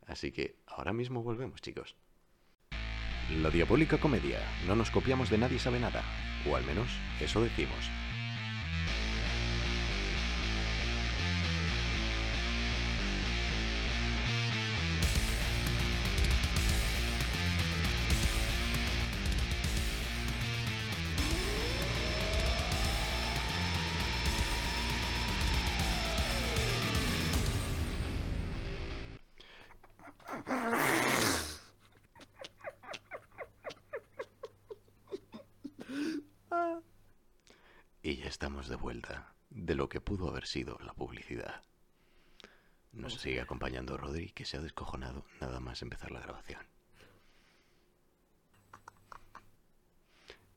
Speaker 2: Así que ahora mismo volvemos, chicos. La diabólica comedia. No nos copiamos de nadie sabe nada. O al menos eso decimos. Y ya estamos de vuelta de lo que pudo haber sido la publicidad. Nos sigue acompañando Rodri, que se ha descojonado nada más empezar la grabación.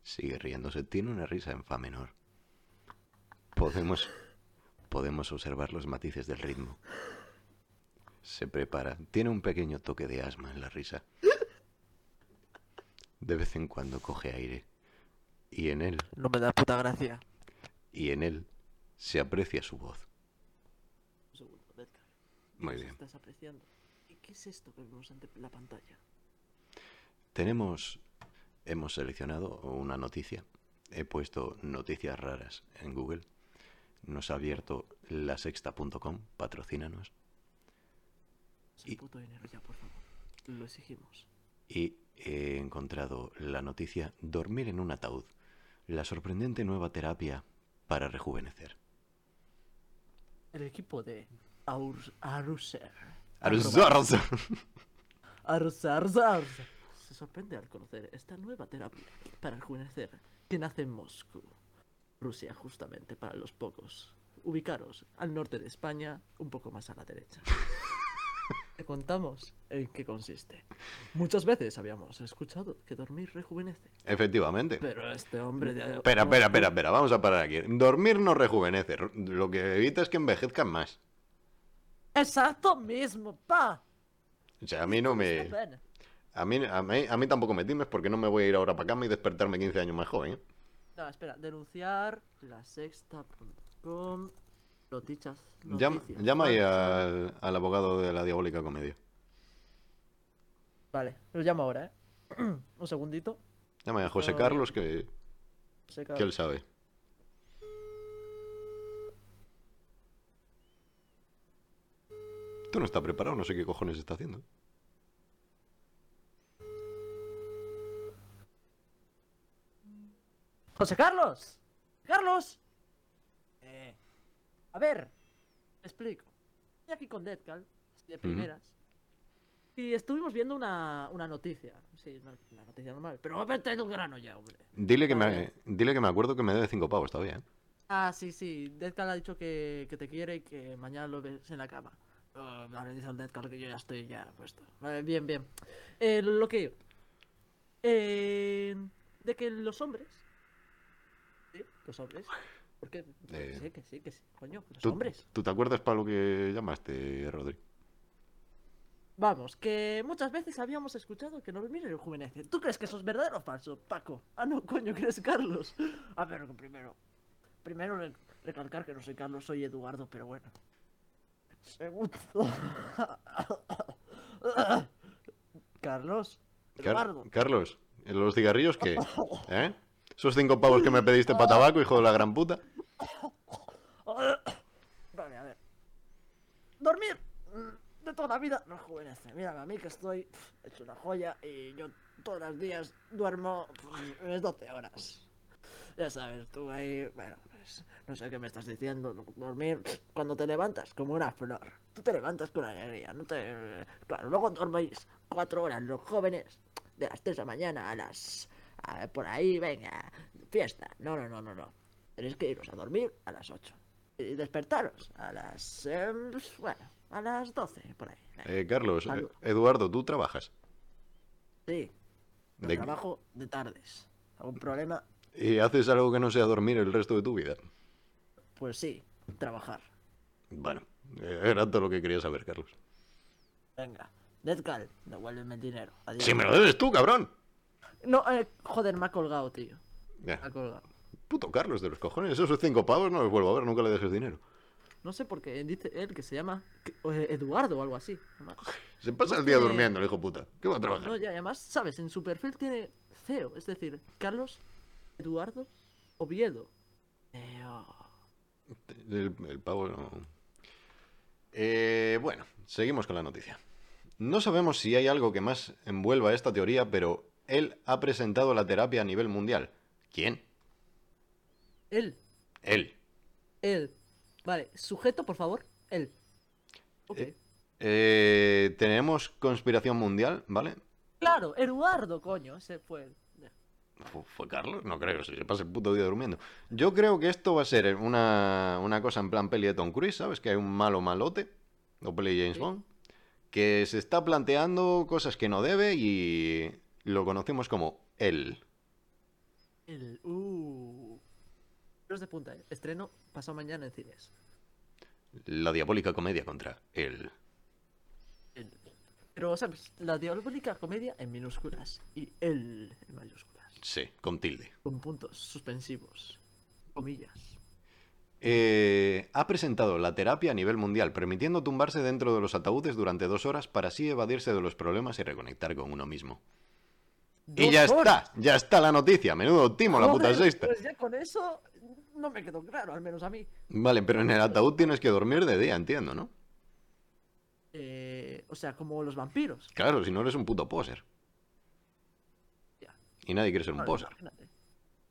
Speaker 2: Sigue riéndose, tiene una risa en fa menor. Podemos, podemos observar los matices del ritmo. Se prepara, tiene un pequeño toque de asma en la risa. De vez en cuando coge aire y en él
Speaker 1: No me da puta gracia.
Speaker 2: y en él se aprecia su voz.
Speaker 1: Un segundo, Edgar. ¿qué
Speaker 2: Muy
Speaker 1: nos
Speaker 2: bien.
Speaker 1: Estás apreciando. ¿Y ¿Qué es esto que vemos ante la pantalla?
Speaker 2: Tenemos, hemos seleccionado una noticia. He puesto noticias raras en Google. Nos ha abierto lasexta.com, patrocínanos.
Speaker 1: Ese
Speaker 2: Y-
Speaker 1: puto dinero ya, por favor. Lo exigimos.
Speaker 2: Y he encontrado la noticia Dormir en un ataúd, la sorprendente nueva terapia para rejuvenecer.
Speaker 1: El equipo de Aur Aruser.
Speaker 2: Ah, Arzarza.
Speaker 1: Arzarzar. Se sorprende al conocer esta nueva terapia para rejuvenecer que nace en Moscú, Rusia, justamente para los pocos. Ubicaros al norte de España, un poco más a la derecha. Te contamos en qué consiste. Muchas veces habíamos escuchado que dormir rejuvenece,
Speaker 2: Efectivamente.
Speaker 1: pero este hombre de.
Speaker 2: Espera, espera, espera, espera, vamos a parar aquí. Dormir no rejuvenece, r- lo que evita es que envejezcan más.
Speaker 1: Exacto mismo, pa.
Speaker 2: O sea, a mí no me...
Speaker 1: Está bien.
Speaker 2: A mí, a, mí, a mí tampoco me times porque no me voy a ir ahora para cama y despertarme 15 años más joven. ¿eh?
Speaker 1: No, espera, denunciar la sexta.com. Noticias.
Speaker 2: Llama,
Speaker 1: noticias,
Speaker 2: llama ahí
Speaker 1: falsas.
Speaker 2: al, al abogado de la diabólica comedia.
Speaker 1: Vale, lo llamo ahora, ¿eh? *clears throat* Un segundito.
Speaker 2: Llama ahí a José
Speaker 1: Ah.
Speaker 2: Carlos que,
Speaker 1: Se
Speaker 2: que él sabe. Tú no estás preparado, no sé qué cojones está haciendo.
Speaker 1: ¡José Carlos! ¡Carlos! Eh, a ver, te explico. Estoy aquí con Deadcal, de primeras. Y estuvimos viendo una, una noticia. Sí, una, una noticia normal. Pero vete en un grano ya, hombre.
Speaker 2: Dile que, me,
Speaker 1: Vale.
Speaker 2: dile que me acuerdo que me debe 5 pavos todavía. ¿eh?
Speaker 1: Ah, sí, sí. Deadcal ha dicho que, que te quiere y que mañana lo ves en la cama. Ah, vale, dice el Deadcal que yo ya estoy ya puesto. Vale, bien, bien. Eh, lo que iba. Eh, de que los hombres. ¿Sí? ¿Los hombres? ¿Por qué?
Speaker 2: Eh,
Speaker 1: Sí, que sí, que sí. Coño, los
Speaker 2: ¿Tú,
Speaker 1: hombres.
Speaker 2: ¿Tú te acuerdas para lo que llamaste, Rodri?
Speaker 1: Vamos, que muchas veces habíamos escuchado que dormir rejuvenece. ¿Tú crees que eso es verdadero o falso, Paco? Ah, no, coño, que eres Carlos. *laughs* A ver, primero. Primero re- recalcar que no soy Carlos, soy Eduardo, pero bueno. Segundo. *laughs* Carlos.
Speaker 2: Car-
Speaker 1: Eduardo. *coughs*
Speaker 2: Carlos, ¿los cigarrillos
Speaker 1: *laughs*
Speaker 2: qué? ¿Eh? ¿Esos 5 pavos que me pediste para tabaco, hijo de la gran puta?
Speaker 1: Vale, a ver. Dormir mm, de toda la vida rejuvenece. Mírame a mí que estoy pf, hecho una joya y yo todos los días duermo mm, pf, unas 12 horas. Ya sabes, tú ahí, bueno, pues, no sé qué me estás diciendo. no- Dormir pf, cuando te levantas como una flor. Tú te levantas con alegría, no te. Claro, luego dormís cuatro horas los jóvenes, de las 3 de la mañana a las. a- por ahí, venga, fiesta. No, no, no, no, no. Tenéis que iros a dormir a las 8. Y despertaros a las. em, bueno, a las 12, por ahí.
Speaker 2: Eh, Carlos,
Speaker 1: Algo.
Speaker 2: eh, Eduardo, ¿tú trabajas?
Speaker 1: Sí, yo
Speaker 2: ¿De-
Speaker 1: trabajo de tardes. ¿Algún problema?
Speaker 2: ¿Y haces algo que no sea dormir el resto de tu vida?
Speaker 1: Pues sí, trabajar.
Speaker 2: Bueno, eh, era todo lo que quería saber, Carlos.
Speaker 1: Venga, Deathgal, devuélveme el dinero. Adiós.
Speaker 2: Si me lo debes tú, cabrón.
Speaker 1: No, eh, joder, me ha colgado, tío.
Speaker 2: Ya,
Speaker 1: Me ha colgado.
Speaker 2: puto Carlos de los cojones, esos cinco pavos no los vuelvo a ver, nunca le dejes dinero.
Speaker 1: No sé por qué dice él que se llama que- o, eh, Eduardo o algo así. además.
Speaker 2: Se pasa el día
Speaker 1: Eh,
Speaker 2: durmiendo, el hijo puta. ¿Qué va a trabajar?
Speaker 1: No, y además, sabes, en su perfil tiene CEO, es decir, Carlos, Eduardo, Oviedo. Eh, oh.
Speaker 2: El, el pavo no. Eh, bueno, seguimos con la noticia. No sabemos si hay algo que más envuelva esta teoría, pero él ha presentado la terapia a nivel mundial. ¿Quién?
Speaker 1: Él,
Speaker 2: Él.
Speaker 1: él. Vale, sujeto, por favor, él. Ok.
Speaker 2: Eh, Eh, tenemos conspiración mundial, ¿vale?
Speaker 1: Claro, Eduardo, coño, ese fue él. Ya.
Speaker 2: Fu- ¿Fue Carlos? No creo, si se pasa el puto día durmiendo. Yo creo que esto va a ser una, una cosa en plan peli de Tom Cruise, ¿sabes? Que hay un malo malote, o peli de James
Speaker 1: Sí.
Speaker 2: Bond, que se está planteando cosas que no debe y lo conocemos como él.
Speaker 1: El. Uh. Pelos de punta, eh. Estreno pasado mañana en cines.
Speaker 2: La diabólica comedia contra él.
Speaker 1: El. Pero, ¿sabes? La diabólica comedia en minúsculas y el en mayúsculas.
Speaker 2: Sí, con tilde.
Speaker 1: Con puntos suspensivos. Comillas.
Speaker 2: Eh, ha presentado la terapia a nivel mundial, permitiendo tumbarse dentro de los ataúdes durante dos horas para así evadirse de los problemas y reconectar con uno mismo. Y
Speaker 1: ¡Dos
Speaker 2: ya
Speaker 1: horas!
Speaker 2: está, ya está la noticia. Menudo timo, la puta
Speaker 1: Joder,
Speaker 2: sexta.
Speaker 1: Pues ya con eso no me quedó claro, al menos a mí.
Speaker 2: Vale, pero en el ataúd tienes que dormir de día, entiendo, ¿no?
Speaker 1: Eh, o sea, como los vampiros.
Speaker 2: Claro, si no eres un puto poser.
Speaker 1: Ya.
Speaker 2: Y nadie quiere ser un
Speaker 1: Claro,
Speaker 2: poser.
Speaker 1: imagínate.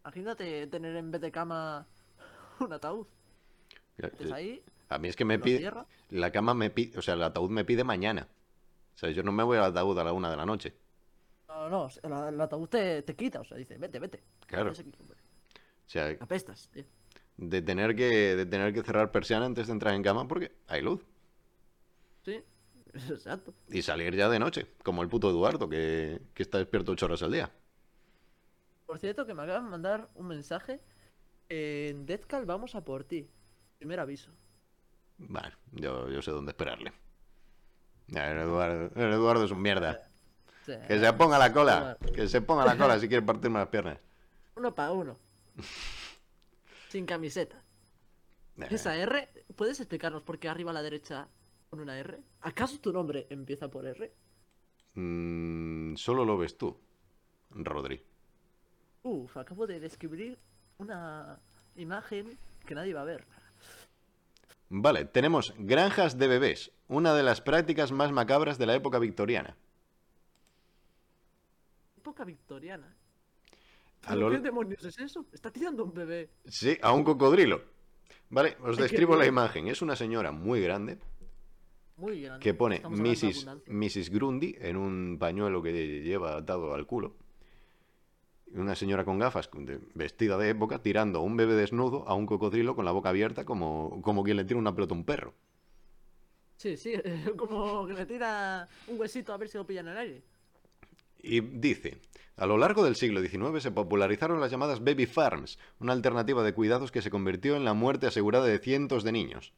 Speaker 1: Imagínate tener en vez de cama *laughs* un ataúd. Metes ahí,
Speaker 2: A mí es que me
Speaker 1: lo
Speaker 2: pide.
Speaker 1: cierras.
Speaker 2: La cama me pide. O sea, el ataúd me pide mañana. O sea, yo no me voy al ataúd a la una de la noche.
Speaker 1: No, no, la- el ataúd te, te quita, o sea, dice, vete, vete.
Speaker 2: Claro.
Speaker 1: Estás aquí, hombre.
Speaker 2: O sea,
Speaker 1: Apestas, tío.
Speaker 2: de tener que, de tener que cerrar persiana antes de entrar en cama porque hay luz.
Speaker 1: Sí, *laughs* exacto.
Speaker 2: Y salir ya de noche, como el puto Eduardo, que, que está despierto ocho horas al día.
Speaker 1: Por cierto, que me acaban de mandar un mensaje. En Deathcal vamos a por ti. Primer aviso.
Speaker 2: Vale, yo, yo sé dónde esperarle. Ya, El Eduardo, el Eduardo es un mierda.
Speaker 1: O sea,
Speaker 2: Que se ponga la cola.
Speaker 1: Eduardo.
Speaker 2: Que se ponga la cola si quiere partirme las piernas.
Speaker 1: Uno para
Speaker 2: *laughs*
Speaker 1: uno. Sin camiseta.
Speaker 2: Eh,
Speaker 1: *laughs* Esa R, ¿puedes explicarnos por qué arriba a la derecha con una R? ¿Acaso tu nombre empieza por R?
Speaker 2: mm, solo lo ves tú, Rodri.
Speaker 1: Uf, acabo de describir una imagen que nadie va a ver.
Speaker 2: Vale, tenemos granjas de bebés, una de las prácticas más macabras de la época victoriana.
Speaker 1: Época victoriana.
Speaker 2: A
Speaker 1: ¿Pero
Speaker 2: lo-
Speaker 1: ¿Qué demonios es eso? Está tirando un bebé.
Speaker 2: Sí, a un cocodrilo. Vale, os
Speaker 1: Ay, qué
Speaker 2: describo la
Speaker 1: bien.
Speaker 2: imagen. Es una señora muy grande
Speaker 1: Muy grande.
Speaker 2: que pone
Speaker 1: Estamos hablando de
Speaker 2: Mrs.
Speaker 1: abundancia.
Speaker 2: Mrs. Grundy en un pañuelo que lleva atado al culo. Una señora con gafas con- de- vestida de época tirando un bebé desnudo a un cocodrilo con la boca abierta como, como quien le tira una pelota a un perro.
Speaker 1: Sí, sí, *laughs* como que le tira un huesito a ver si lo pillan en el aire.
Speaker 2: Y dice, a lo largo del siglo XIX se popularizaron las llamadas baby farms, una alternativa de cuidados que se convirtió en la muerte asegurada de cientos de niños.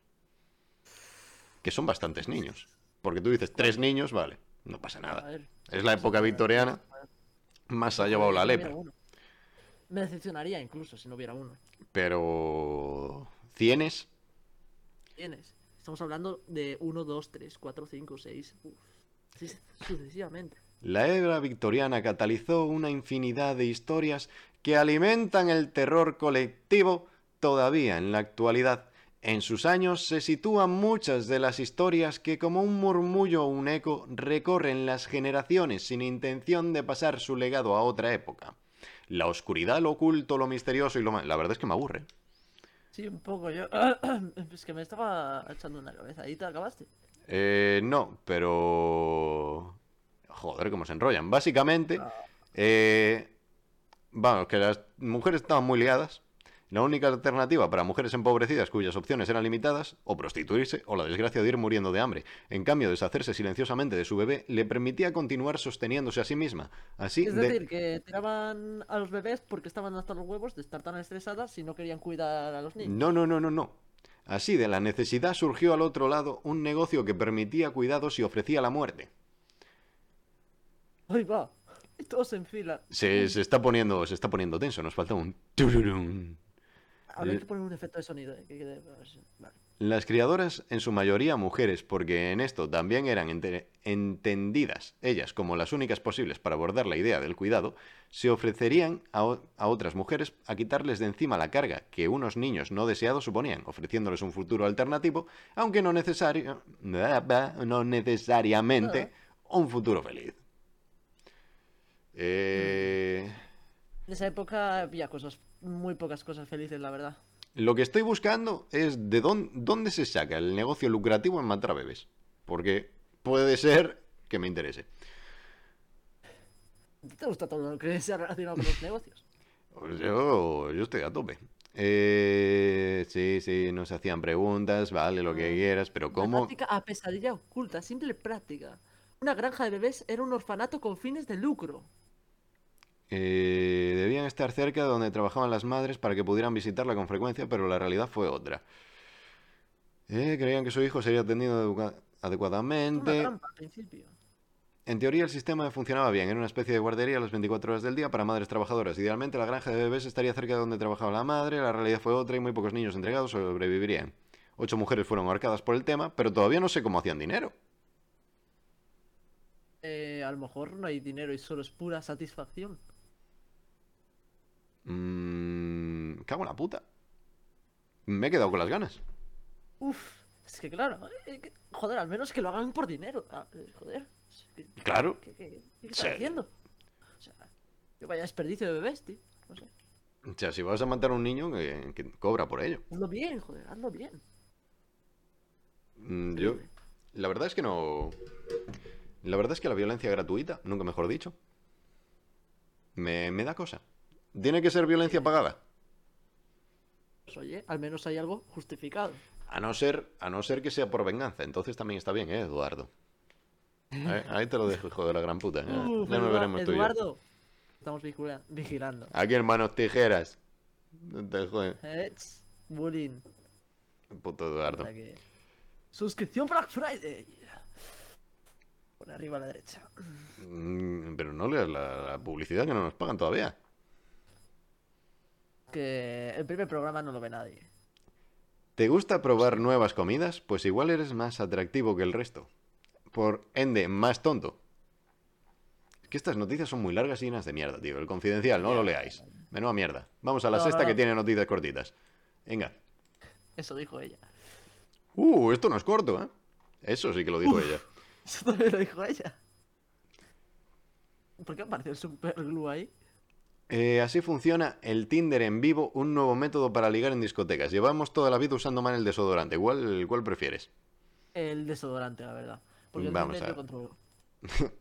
Speaker 2: Que son bastantes niños. Porque tú dices, tres niños, vale, no pasa
Speaker 1: A
Speaker 2: nada.
Speaker 1: ver.
Speaker 2: Es la época victoriana, más ha llevado la
Speaker 1: Si no
Speaker 2: lepra.
Speaker 1: hubiera uno. Me decepcionaría incluso si no hubiera uno.
Speaker 2: Pero... ¿Cienes?
Speaker 1: Tienes. Estamos hablando de 1, 2, 3, 4, 5, 6. Sucesivamente.
Speaker 2: La era victoriana catalizó una infinidad de historias que alimentan el terror colectivo todavía en la actualidad. En sus años se sitúan muchas de las historias que como un murmullo o un eco recorren las generaciones sin intención de pasar su legado a otra época. La oscuridad, lo oculto, lo misterioso y lo mal... La verdad es que me aburre.
Speaker 1: Sí, un poco yo. *clears throat* Es que me estaba echando una cabeza. Ahí te acabaste.
Speaker 2: Eh, no, pero... Joder, cómo se enrollan. Básicamente,
Speaker 1: Ah.
Speaker 2: eh, vamos, que las mujeres estaban muy liadas. La única alternativa para mujeres empobrecidas cuyas opciones eran limitadas, o prostituirse, o la desgracia de ir muriendo de hambre. En cambio, deshacerse silenciosamente de su bebé le permitía continuar sosteniéndose a sí misma. Así
Speaker 1: Es
Speaker 2: de-
Speaker 1: decir, que tiraban a los bebés porque estaban hasta los huevos de estar tan estresadas y no querían cuidar a los niños.
Speaker 2: No, no, no, no, no. Así de la necesidad surgió al otro lado un negocio que permitía cuidados y ofrecía la muerte. Mm.
Speaker 1: Ahí va. Y todos en fila.
Speaker 2: Se, se está poniendo, se está poniendo tenso, nos falta un tururum.
Speaker 1: Habría
Speaker 2: Eh.
Speaker 1: que poner un efecto de sonido. eh, que quede- a ver si- vale.
Speaker 2: Las criadoras, en su mayoría mujeres, porque en esto también eran ente- entendidas ellas como las únicas posibles para abordar la idea del cuidado, se ofrecerían a, o- a otras mujeres a quitarles de encima la carga que unos niños no deseados suponían, ofreciéndoles un futuro alternativo, aunque no, necesario, no necesariamente un futuro feliz. Eh,
Speaker 1: En esa época había cosas, muy pocas cosas felices, la verdad.
Speaker 2: Lo que estoy buscando es de dónde, dónde se saca el negocio lucrativo en matar a bebés. Porque puede ser que me interese.
Speaker 1: ¿Te gusta todo lo que sea relacionado
Speaker 2: *laughs*
Speaker 1: con los negocios?
Speaker 2: Pues Yo, yo estoy a tope. Eh, sí, sí, nos hacían preguntas, vale, lo que quieras, pero
Speaker 1: Una
Speaker 2: ¿cómo?
Speaker 1: práctica a pesadilla oculta, simple práctica. Una granja de bebés era un orfanato con fines de lucro.
Speaker 2: Eh, debían estar cerca de donde trabajaban las madres para que pudieran visitarla con frecuencia, pero la realidad fue otra. Eh, creían que su hijo sería atendido educa-
Speaker 1: Una
Speaker 2: adecuadamente.
Speaker 1: trampa al principio.
Speaker 2: En teoría el sistema funcionaba bien, era una especie de guardería a las 24 horas del día para madres trabajadoras. Idealmente la granja de bebés estaría cerca de donde trabajaba la madre, la realidad fue otra y muy pocos niños entregados sobrevivirían. Ocho mujeres fueron ahorcadas por el tema, pero todavía no sé cómo hacían dinero.
Speaker 1: Eh, a lo mejor no hay dinero y solo es pura satisfacción.
Speaker 2: Mmm... Cago en la puta. Me he quedado con las ganas.
Speaker 1: Uf, es que claro, eh, que- joder, al menos que lo hagan por dinero. ah, eh, joder, es que-
Speaker 2: Claro.
Speaker 1: ¿qué, qué- qué están
Speaker 2: Sí.
Speaker 1: haciendo? O sea, que vaya desperdicio de bebés, tío. No sé.
Speaker 2: O sea, si vas a matar a un niño, que, que cobra por ello.
Speaker 1: Hazlo bien, joder, hazlo bien.
Speaker 2: Mm, yo... La verdad es que no... La verdad es que la violencia gratuita, nunca mejor dicho, me, me da cosa. Tiene que ser violencia pagada.
Speaker 1: Pues oye, al menos hay algo justificado.
Speaker 2: A no ser, a no ser que sea por venganza, entonces también está bien, ¿eh, Eduardo? Ahí, ahí te lo dejo, hijo de la gran puta. ¿eh?
Speaker 1: Uf,
Speaker 2: ya nos
Speaker 1: Edua-
Speaker 2: veremos tú y yo.
Speaker 1: Eduardo, estamos vigila- vigilando.
Speaker 2: Aquí, hermanos, tijeras. No te jode-
Speaker 1: Eh, ch, bullying.
Speaker 2: Puto Eduardo.
Speaker 1: Para que- Suscripción Black Friday. Por arriba a la derecha.
Speaker 2: Mm, Pero no leas la, la publicidad que no nos pagan todavía.
Speaker 1: Que el primer programa no lo ve nadie.
Speaker 2: ¿Te gusta probar nuevas comidas? Pues igual eres más atractivo que el resto. Por ende, más tonto. Es que estas noticias son muy largas y llenas de mierda, tío. El confidencial, no lo leáis. Menuda mierda. Vamos a la
Speaker 1: No,
Speaker 2: sexta
Speaker 1: no, no.
Speaker 2: que tiene noticias cortitas. Venga.
Speaker 1: Eso dijo ella. *laughs*
Speaker 2: Uh, esto no es corto, ¿eh? Eso sí que lo dijo ella.
Speaker 1: Eso también lo dijo ella. ¿Por qué apareció el superglue ahí?
Speaker 2: Eh, así funciona el Tinder en vivo, un nuevo método para ligar en discotecas. Llevamos toda la vida usando mal el desodorante. ¿Cuál, cuál prefieres?
Speaker 1: El desodorante, la verdad. Porque el
Speaker 2: Vamos
Speaker 1: Tinder
Speaker 2: a
Speaker 1: yo
Speaker 2: ver.
Speaker 1: controlo.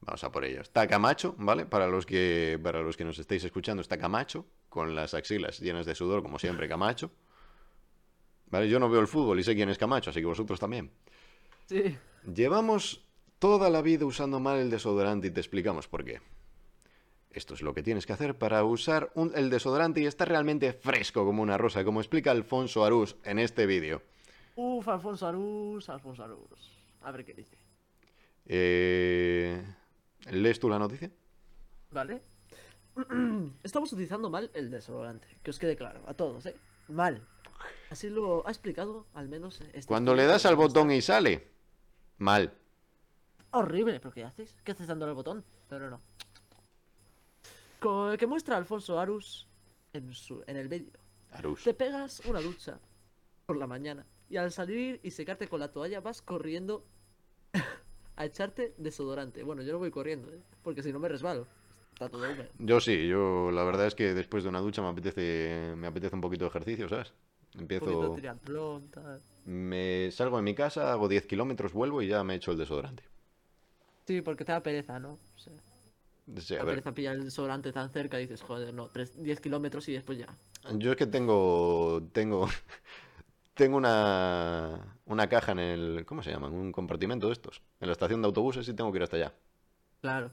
Speaker 2: Vamos a por ello. Está Camacho, ¿vale? Para los que, para los que nos estáis escuchando, está Camacho, con las axilas llenas de sudor, como siempre, Camacho. Vale, yo no veo el fútbol y sé quién es Camacho, así que vosotros también.
Speaker 1: Sí.
Speaker 2: Llevamos toda la vida usando mal el desodorante y te explicamos por qué. Esto es lo que tienes que hacer para usar un- el desodorante y estar realmente fresco como una rosa, como explica Alfonso Arús en este vídeo.
Speaker 1: Uf, Alfonso Arús, Alfonso Arús. A ver qué dice.
Speaker 2: Eh, ¿Lees tú la noticia?
Speaker 1: ¿Vale? *clears throat* Estamos utilizando mal el desodorante. Que os quede claro, a todos, ¿eh? Mal. Así lo ha explicado, al menos. este
Speaker 2: Cuando
Speaker 1: estudio
Speaker 2: le das
Speaker 1: que
Speaker 2: al
Speaker 1: está
Speaker 2: botón y sale, mal.
Speaker 1: Horrible, ¿pero qué haces? ¿Qué haces dándole al botón? No, no, no. Co- que muestra Alfonso Arús en, su, en el vídeo.
Speaker 2: Arús.
Speaker 1: Te pegas una ducha por la mañana y al salir y secarte con la toalla vas corriendo *laughs* a echarte desodorante. Bueno, yo no voy corriendo, ¿eh? porque si no me resbalo. Está todo húmedo.
Speaker 2: Yo sí, yo la verdad es que después de una ducha me apetece, me apetece un poquito de ejercicio, ¿sabes?
Speaker 1: Un poquito de
Speaker 2: Empiezo,
Speaker 1: triatlón, tal.
Speaker 2: me salgo de mi casa, hago 10 kilómetros, vuelvo y ya me echo el desodorante.
Speaker 1: Sí, porque te da pereza, ¿no? O sea,
Speaker 2: Sí,
Speaker 1: te
Speaker 2: a
Speaker 1: da
Speaker 2: ver,
Speaker 1: pereza pillar el desodorante tan cerca y dices, joder, no, tres- 10 kilómetros y después ya.
Speaker 2: yo es que tengo, tengo, *laughs* tengo una, una caja en el, ¿cómo se llaman? Un compartimento de estos, en la estación de autobuses y tengo que ir
Speaker 1: *laughs*
Speaker 2: hasta allá.
Speaker 1: Claro.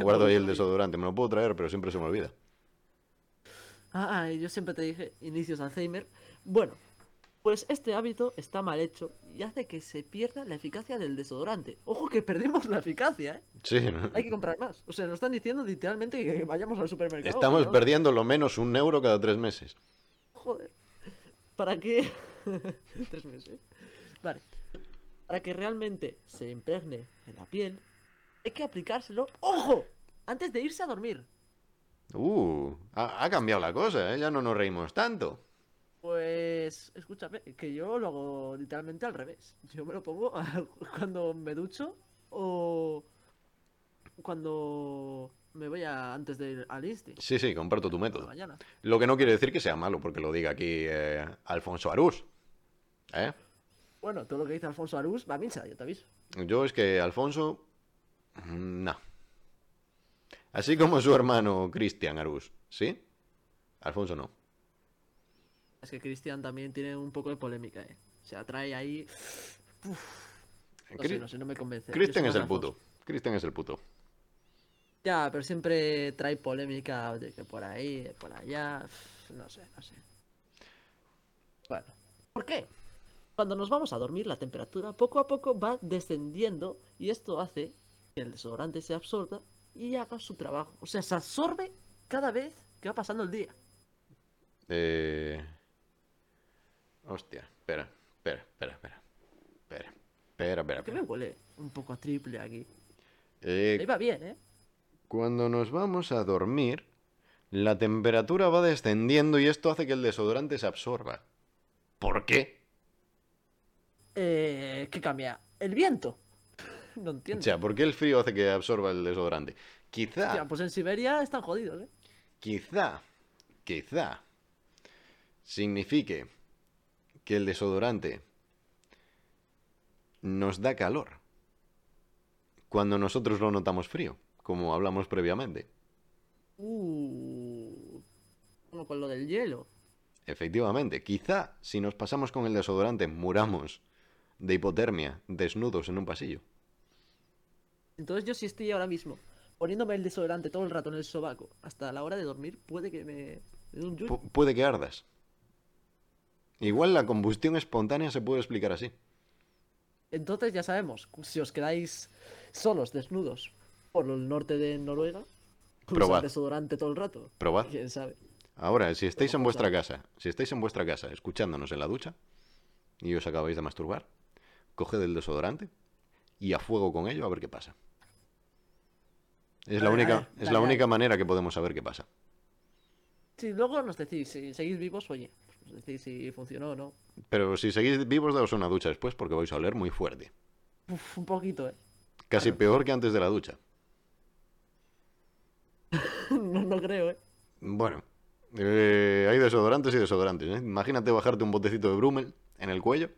Speaker 2: Guardo ahí el desodorante, me lo puedo traer, pero siempre se me olvida.
Speaker 1: Ah, ah, yo siempre te dije inicios Alzheimer. Bueno, Pues este hábito está mal hecho y hace que se pierda la eficacia del desodorante. Ojo que perdemos la eficacia, ¿eh?
Speaker 2: Sí,
Speaker 1: Hay que comprar más. O sea, nos están diciendo literalmente que vayamos al supermercado.
Speaker 2: estamos
Speaker 1: ¿no?
Speaker 2: perdiendo lo menos un euro cada tres meses.
Speaker 1: Joder. ¿Para qué? *laughs* Tres meses. Vale. Para que realmente se impregne en la piel, hay que aplicárselo. ¡Ojo! Antes de irse a dormir.
Speaker 2: Uh, ha, ha cambiado la cosa, ¿eh? ya no nos reímos tanto.
Speaker 1: Pues, escúchame, que yo lo hago literalmente al revés. Yo me lo pongo *laughs* cuando me ducho o cuando me voy a, antes de ir al insti. por
Speaker 2: Sí, sí, comparto tu
Speaker 1: la
Speaker 2: método.
Speaker 1: mañana.
Speaker 2: Lo que no quiere decir que sea malo, porque lo diga aquí eh, Alfonso Arús. ¿Eh?
Speaker 1: Bueno, todo lo que dice Alfonso Arús va a mincha, yo te aviso.
Speaker 2: Yo es que Alfonso... mm, No. Así como su hermano Cristian Arús, ¿sí? Alfonso no.
Speaker 1: Es que Cristian también tiene un poco de polémica, eh. Se atrae ahí. No sé,
Speaker 2: Cri-
Speaker 1: no sé, no me convence. Yo
Speaker 2: Cristian
Speaker 1: soy
Speaker 2: es
Speaker 1: más
Speaker 2: el
Speaker 1: Alfonso.
Speaker 2: puto. Cristian es el puto.
Speaker 1: Ya, pero siempre trae polémica de que por ahí, de por allá. pf, No sé, no sé. Bueno, ¿por qué? Cuando nos vamos a dormir, la temperatura poco a poco va descendiendo y esto hace que el desodorante se absorba y haga su trabajo. O sea, se absorbe cada vez que va pasando el día.
Speaker 2: Eh... Hostia, espera, espera, espera, espera. Espera, espera, espera.
Speaker 1: Que me
Speaker 2: espera.
Speaker 1: huele un poco a triple aquí.
Speaker 2: Eh,
Speaker 1: Ahí va bien, ¿eh?
Speaker 2: Cuando nos vamos a dormir, la temperatura va descendiendo y esto hace que el desodorante se absorba. ¿Por qué?
Speaker 1: Eh, ¿Qué cambia? El viento. *laughs* No
Speaker 2: O
Speaker 1: entiendo.
Speaker 2: sea, ¿por qué el frío hace que absorba el desodorante? Quizá,
Speaker 1: Hostia, pues en Siberia están jodidos, ¿eh?
Speaker 2: quizá, quizá signifique que el desodorante nos da calor cuando nosotros lo notamos frío, como hablamos previamente.
Speaker 1: Uh, como con lo del hielo.
Speaker 2: Efectivamente, quizá si nos pasamos con el desodorante muramos de hipotermia, desnudos en un pasillo.
Speaker 1: Entonces yo si estoy ahora mismo poniéndome el desodorante todo el rato en el sobaco hasta la hora de dormir, puede que me me dé un yuyu.
Speaker 2: Pu- puede que ardas. Igual la combustión espontánea se puede explicar así.
Speaker 1: Entonces ya sabemos, si os quedáis solos, desnudos, por el norte de Noruega,
Speaker 2: Probad.
Speaker 1: usad desodorante todo el rato.
Speaker 2: Probad.
Speaker 1: ¿Quién sabe?
Speaker 2: Ahora, si estáis en
Speaker 1: Ojo,
Speaker 2: vuestra casa, si estáis en vuestra casa escuchándonos en la ducha y os acabáis de masturbar, coged el desodorante y a fuego con ello a ver qué pasa. Es la
Speaker 1: Dale,
Speaker 2: única,
Speaker 1: dale,
Speaker 2: es
Speaker 1: dale,
Speaker 2: la
Speaker 1: dale.
Speaker 2: única manera que podemos saber qué pasa.
Speaker 1: Si luego nos decís, si seguís vivos, oye, pues nos decís si funcionó o no.
Speaker 2: Pero si seguís vivos, daos una ducha después porque vais a oler muy fuerte.
Speaker 1: Uf, un poquito, ¿eh? *laughs*
Speaker 2: Casi peor que antes de la ducha.
Speaker 1: no, no creo, ¿eh?
Speaker 2: Bueno, eh, hay desodorantes y desodorantes. ¿eh? Imagínate bajarte un botecito de Brummel en el cuello.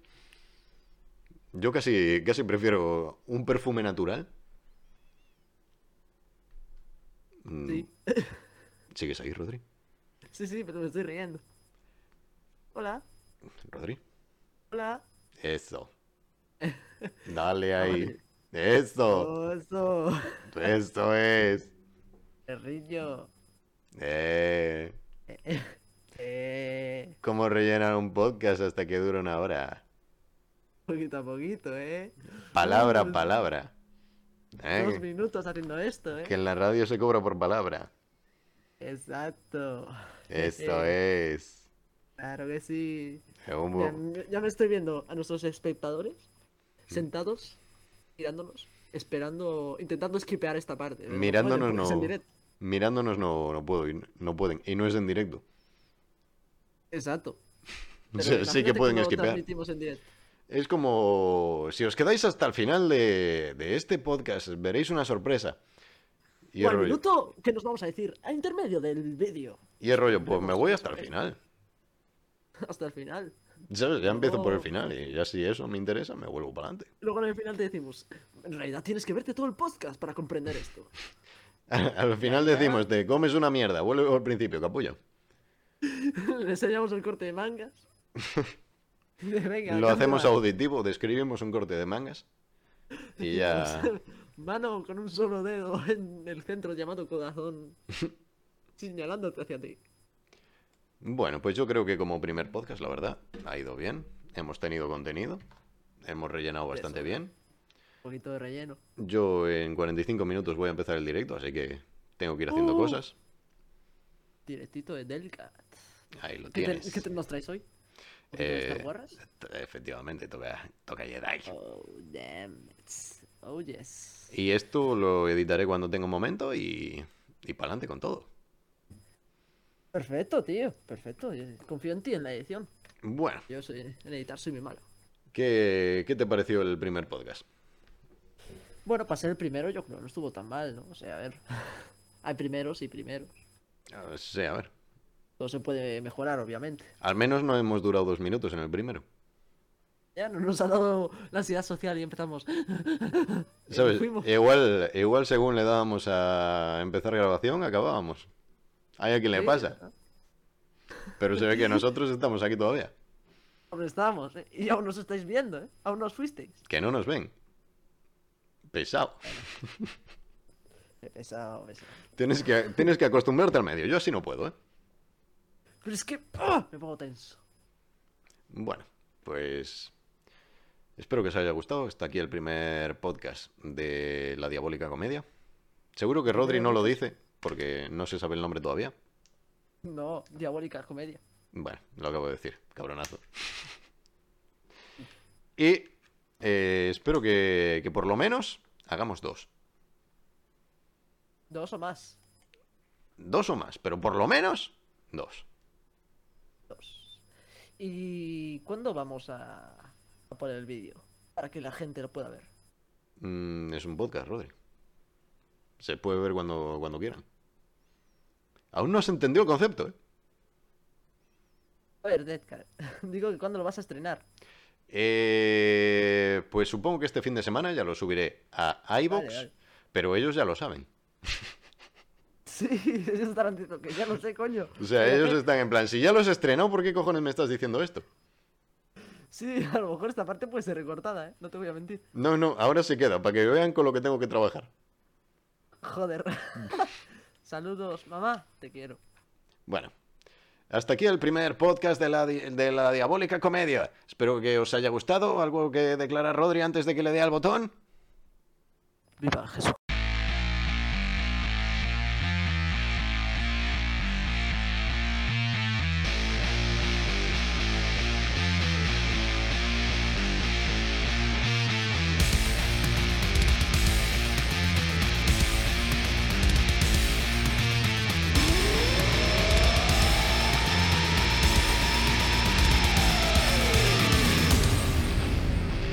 Speaker 2: Yo casi, casi prefiero un perfume natural. Mm,
Speaker 1: Sí.
Speaker 2: ¿Sigues ahí, Rodri?
Speaker 1: Sí, sí, pero me estoy riendo. Hola,
Speaker 2: Rodri.
Speaker 1: hola. *laughs*
Speaker 2: Eso. Dale ahí.
Speaker 1: Ah, Vale.
Speaker 2: Eso.
Speaker 1: Oh, eso.
Speaker 2: Eso es.
Speaker 1: Perrillo.
Speaker 2: Eh,
Speaker 1: Eh,
Speaker 2: ¿Cómo rellenar un podcast hasta que dura una hora?
Speaker 1: poquito a poquito, ¿eh?
Speaker 2: Palabra
Speaker 1: *laughs*
Speaker 2: a
Speaker 1: Dos-
Speaker 2: palabra. ¿Eh?
Speaker 1: Dos minutos haciendo esto, ¿eh?
Speaker 2: Que en la radio se cobra por palabra.
Speaker 1: Exacto.
Speaker 2: Esto eh.
Speaker 1: Eh,
Speaker 2: es.
Speaker 1: Claro que sí.
Speaker 2: un
Speaker 1: Ya,
Speaker 2: bu-
Speaker 1: ya me estoy viendo a nuestros espectadores
Speaker 2: Mm.
Speaker 1: sentados, mirándonos, esperando, intentando esquipear esta parte. pero no
Speaker 2: Mirándonos
Speaker 1: pueden porque es en
Speaker 2: no.
Speaker 1: directo.
Speaker 2: Mirándonos no, no puedo y no pueden. Y no es en directo. *laughs*
Speaker 1: Exacto.
Speaker 2: O
Speaker 1: Pero
Speaker 2: sea, sí que
Speaker 1: imagínate
Speaker 2: pueden
Speaker 1: cuando
Speaker 2: esquipear.
Speaker 1: transmitimos en directo.
Speaker 2: Es como. Si os quedáis hasta el final de, de este podcast, veréis una sorpresa. Y
Speaker 1: O
Speaker 2: es
Speaker 1: al
Speaker 2: rollo,
Speaker 1: minuto que nos vamos a decir, a intermedio del vídeo, *laughs*
Speaker 2: y es rollo, pues me voy hasta el final.
Speaker 1: hasta el final.
Speaker 2: ¿Sabes? Ya empiezo por el
Speaker 1: Luego-
Speaker 2: final y ya si eso me interesa, me vuelvo para adelante.
Speaker 1: Luego en el final te decimos, en realidad tienes que verte todo el podcast para comprender esto. *laughs*
Speaker 2: Al final decimos, te comes una mierda, vuelve al principio, capullo.
Speaker 1: Le enseñamos el corte de mangas.
Speaker 2: *laughs*
Speaker 1: De, venga,
Speaker 2: Lo hacemos
Speaker 1: cámara.
Speaker 2: auditivo, describimos un corte de mangas y ya.
Speaker 1: *laughs* Mano con un solo dedo en el centro llamado
Speaker 2: *laughs*
Speaker 1: corazón. señalándote hacia ti.
Speaker 2: Bueno, pues yo creo que como primer podcast, la verdad, ha ido bien. Hemos tenido contenido. Hemos rellenado
Speaker 1: De
Speaker 2: bastante
Speaker 1: sobra.
Speaker 2: bien.
Speaker 1: Un poquito de relleno.
Speaker 2: Yo en 45 minutos voy a empezar el directo, así que tengo que ir haciendo
Speaker 1: Uh.
Speaker 2: cosas.
Speaker 1: Directito de Delcat.
Speaker 2: Ahí lo
Speaker 1: ¿Qué, te-
Speaker 2: tienes.
Speaker 1: qué te- nos traes hoy? ¿Un poquito de
Speaker 2: Eh,
Speaker 1: Star Wars?
Speaker 2: Efectivamente, toca, toca Jedi.
Speaker 1: Oh, damn it. Oh, yes.
Speaker 2: Y esto lo editaré cuando tenga un momento y, y para adelante con todo.
Speaker 1: Perfecto, tío. Perfecto. Yo Confío en ti en la edición.
Speaker 2: Bueno,
Speaker 1: Yo soy, en editar soy muy malo.
Speaker 2: ¿qué, qué te pareció el primer podcast?
Speaker 1: Bueno, para ser el primero, yo creo que no estuvo tan mal, ¿no? O sea, a ver. Hay primeros y primeros.
Speaker 2: O sea, Ah, a ver.
Speaker 1: Todo se puede mejorar, obviamente.
Speaker 2: Al menos no hemos durado dos minutos en el primero.
Speaker 1: Ya no nos ha dado la ansiedad social y empezamos. *laughs* Y
Speaker 2: Eh, ¿Sabes?
Speaker 1: fuimos.
Speaker 2: Igual, igual según le dábamos a empezar grabación, acabábamos. Hay a quien le
Speaker 1: Sí,
Speaker 2: pasa. Pero se ve que nosotros estamos aquí todavía.
Speaker 1: Aún estamos, ¿eh? Y aún nos estáis viendo, ¿eh? Aún nos fuisteis.
Speaker 2: Que no nos ven. Pesado.
Speaker 1: Qué pesado, pesado.
Speaker 2: Tienes que, tienes que acostumbrarte al medio. Yo así no puedo, ¿eh?
Speaker 1: Pero es que. ¡ah! Me pongo tenso.
Speaker 2: Bueno, pues espero que os haya gustado. Está aquí el primer podcast de La Diabólica Comedia. Seguro que Rodri no lo dice porque no se sabe el nombre todavía.
Speaker 1: No, diabólica comedia.
Speaker 2: Bueno, lo acabo de decir, cabronazo. *laughs* Y eh, espero que, que por lo menos hagamos dos.
Speaker 1: Dos o más.
Speaker 2: Dos o más, pero por lo menos dos.
Speaker 1: Dos. ¿Y cuándo vamos a, a poner el vídeo? Para que la gente lo pueda ver.
Speaker 2: Mm, es un podcast, Rodri. Se puede ver cuando, cuando quieran. Aún no se entendió el concepto, ¿eh?
Speaker 1: A ver, Deadcat. *laughs* Digo que cuándo lo vas a estrenar.
Speaker 2: Eh, pues supongo que este fin de semana ya lo subiré a iBox,
Speaker 1: Vale, vale.
Speaker 2: pero ellos ya lo saben.
Speaker 1: Sí, *laughs* ellos estarán diciendo que ya lo sé, coño.
Speaker 2: O sea,
Speaker 1: Fíjate.
Speaker 2: ellos están en plan, si ya los estrenó, ¿por qué cojones me estás diciendo esto?
Speaker 1: Sí, a lo mejor esta parte puede ser recortada, ¿eh? No te voy a mentir.
Speaker 2: No, no, ahora se queda, para que vean con lo que tengo que trabajar. *laughs*
Speaker 1: Joder. Saludos, mamá. Te quiero.
Speaker 2: Bueno, hasta aquí el primer podcast de la, di- de la diabólica comedia. Espero que os haya gustado. ¿Algo que declara Rodri antes de que le dé al botón?
Speaker 1: Viva Jesús.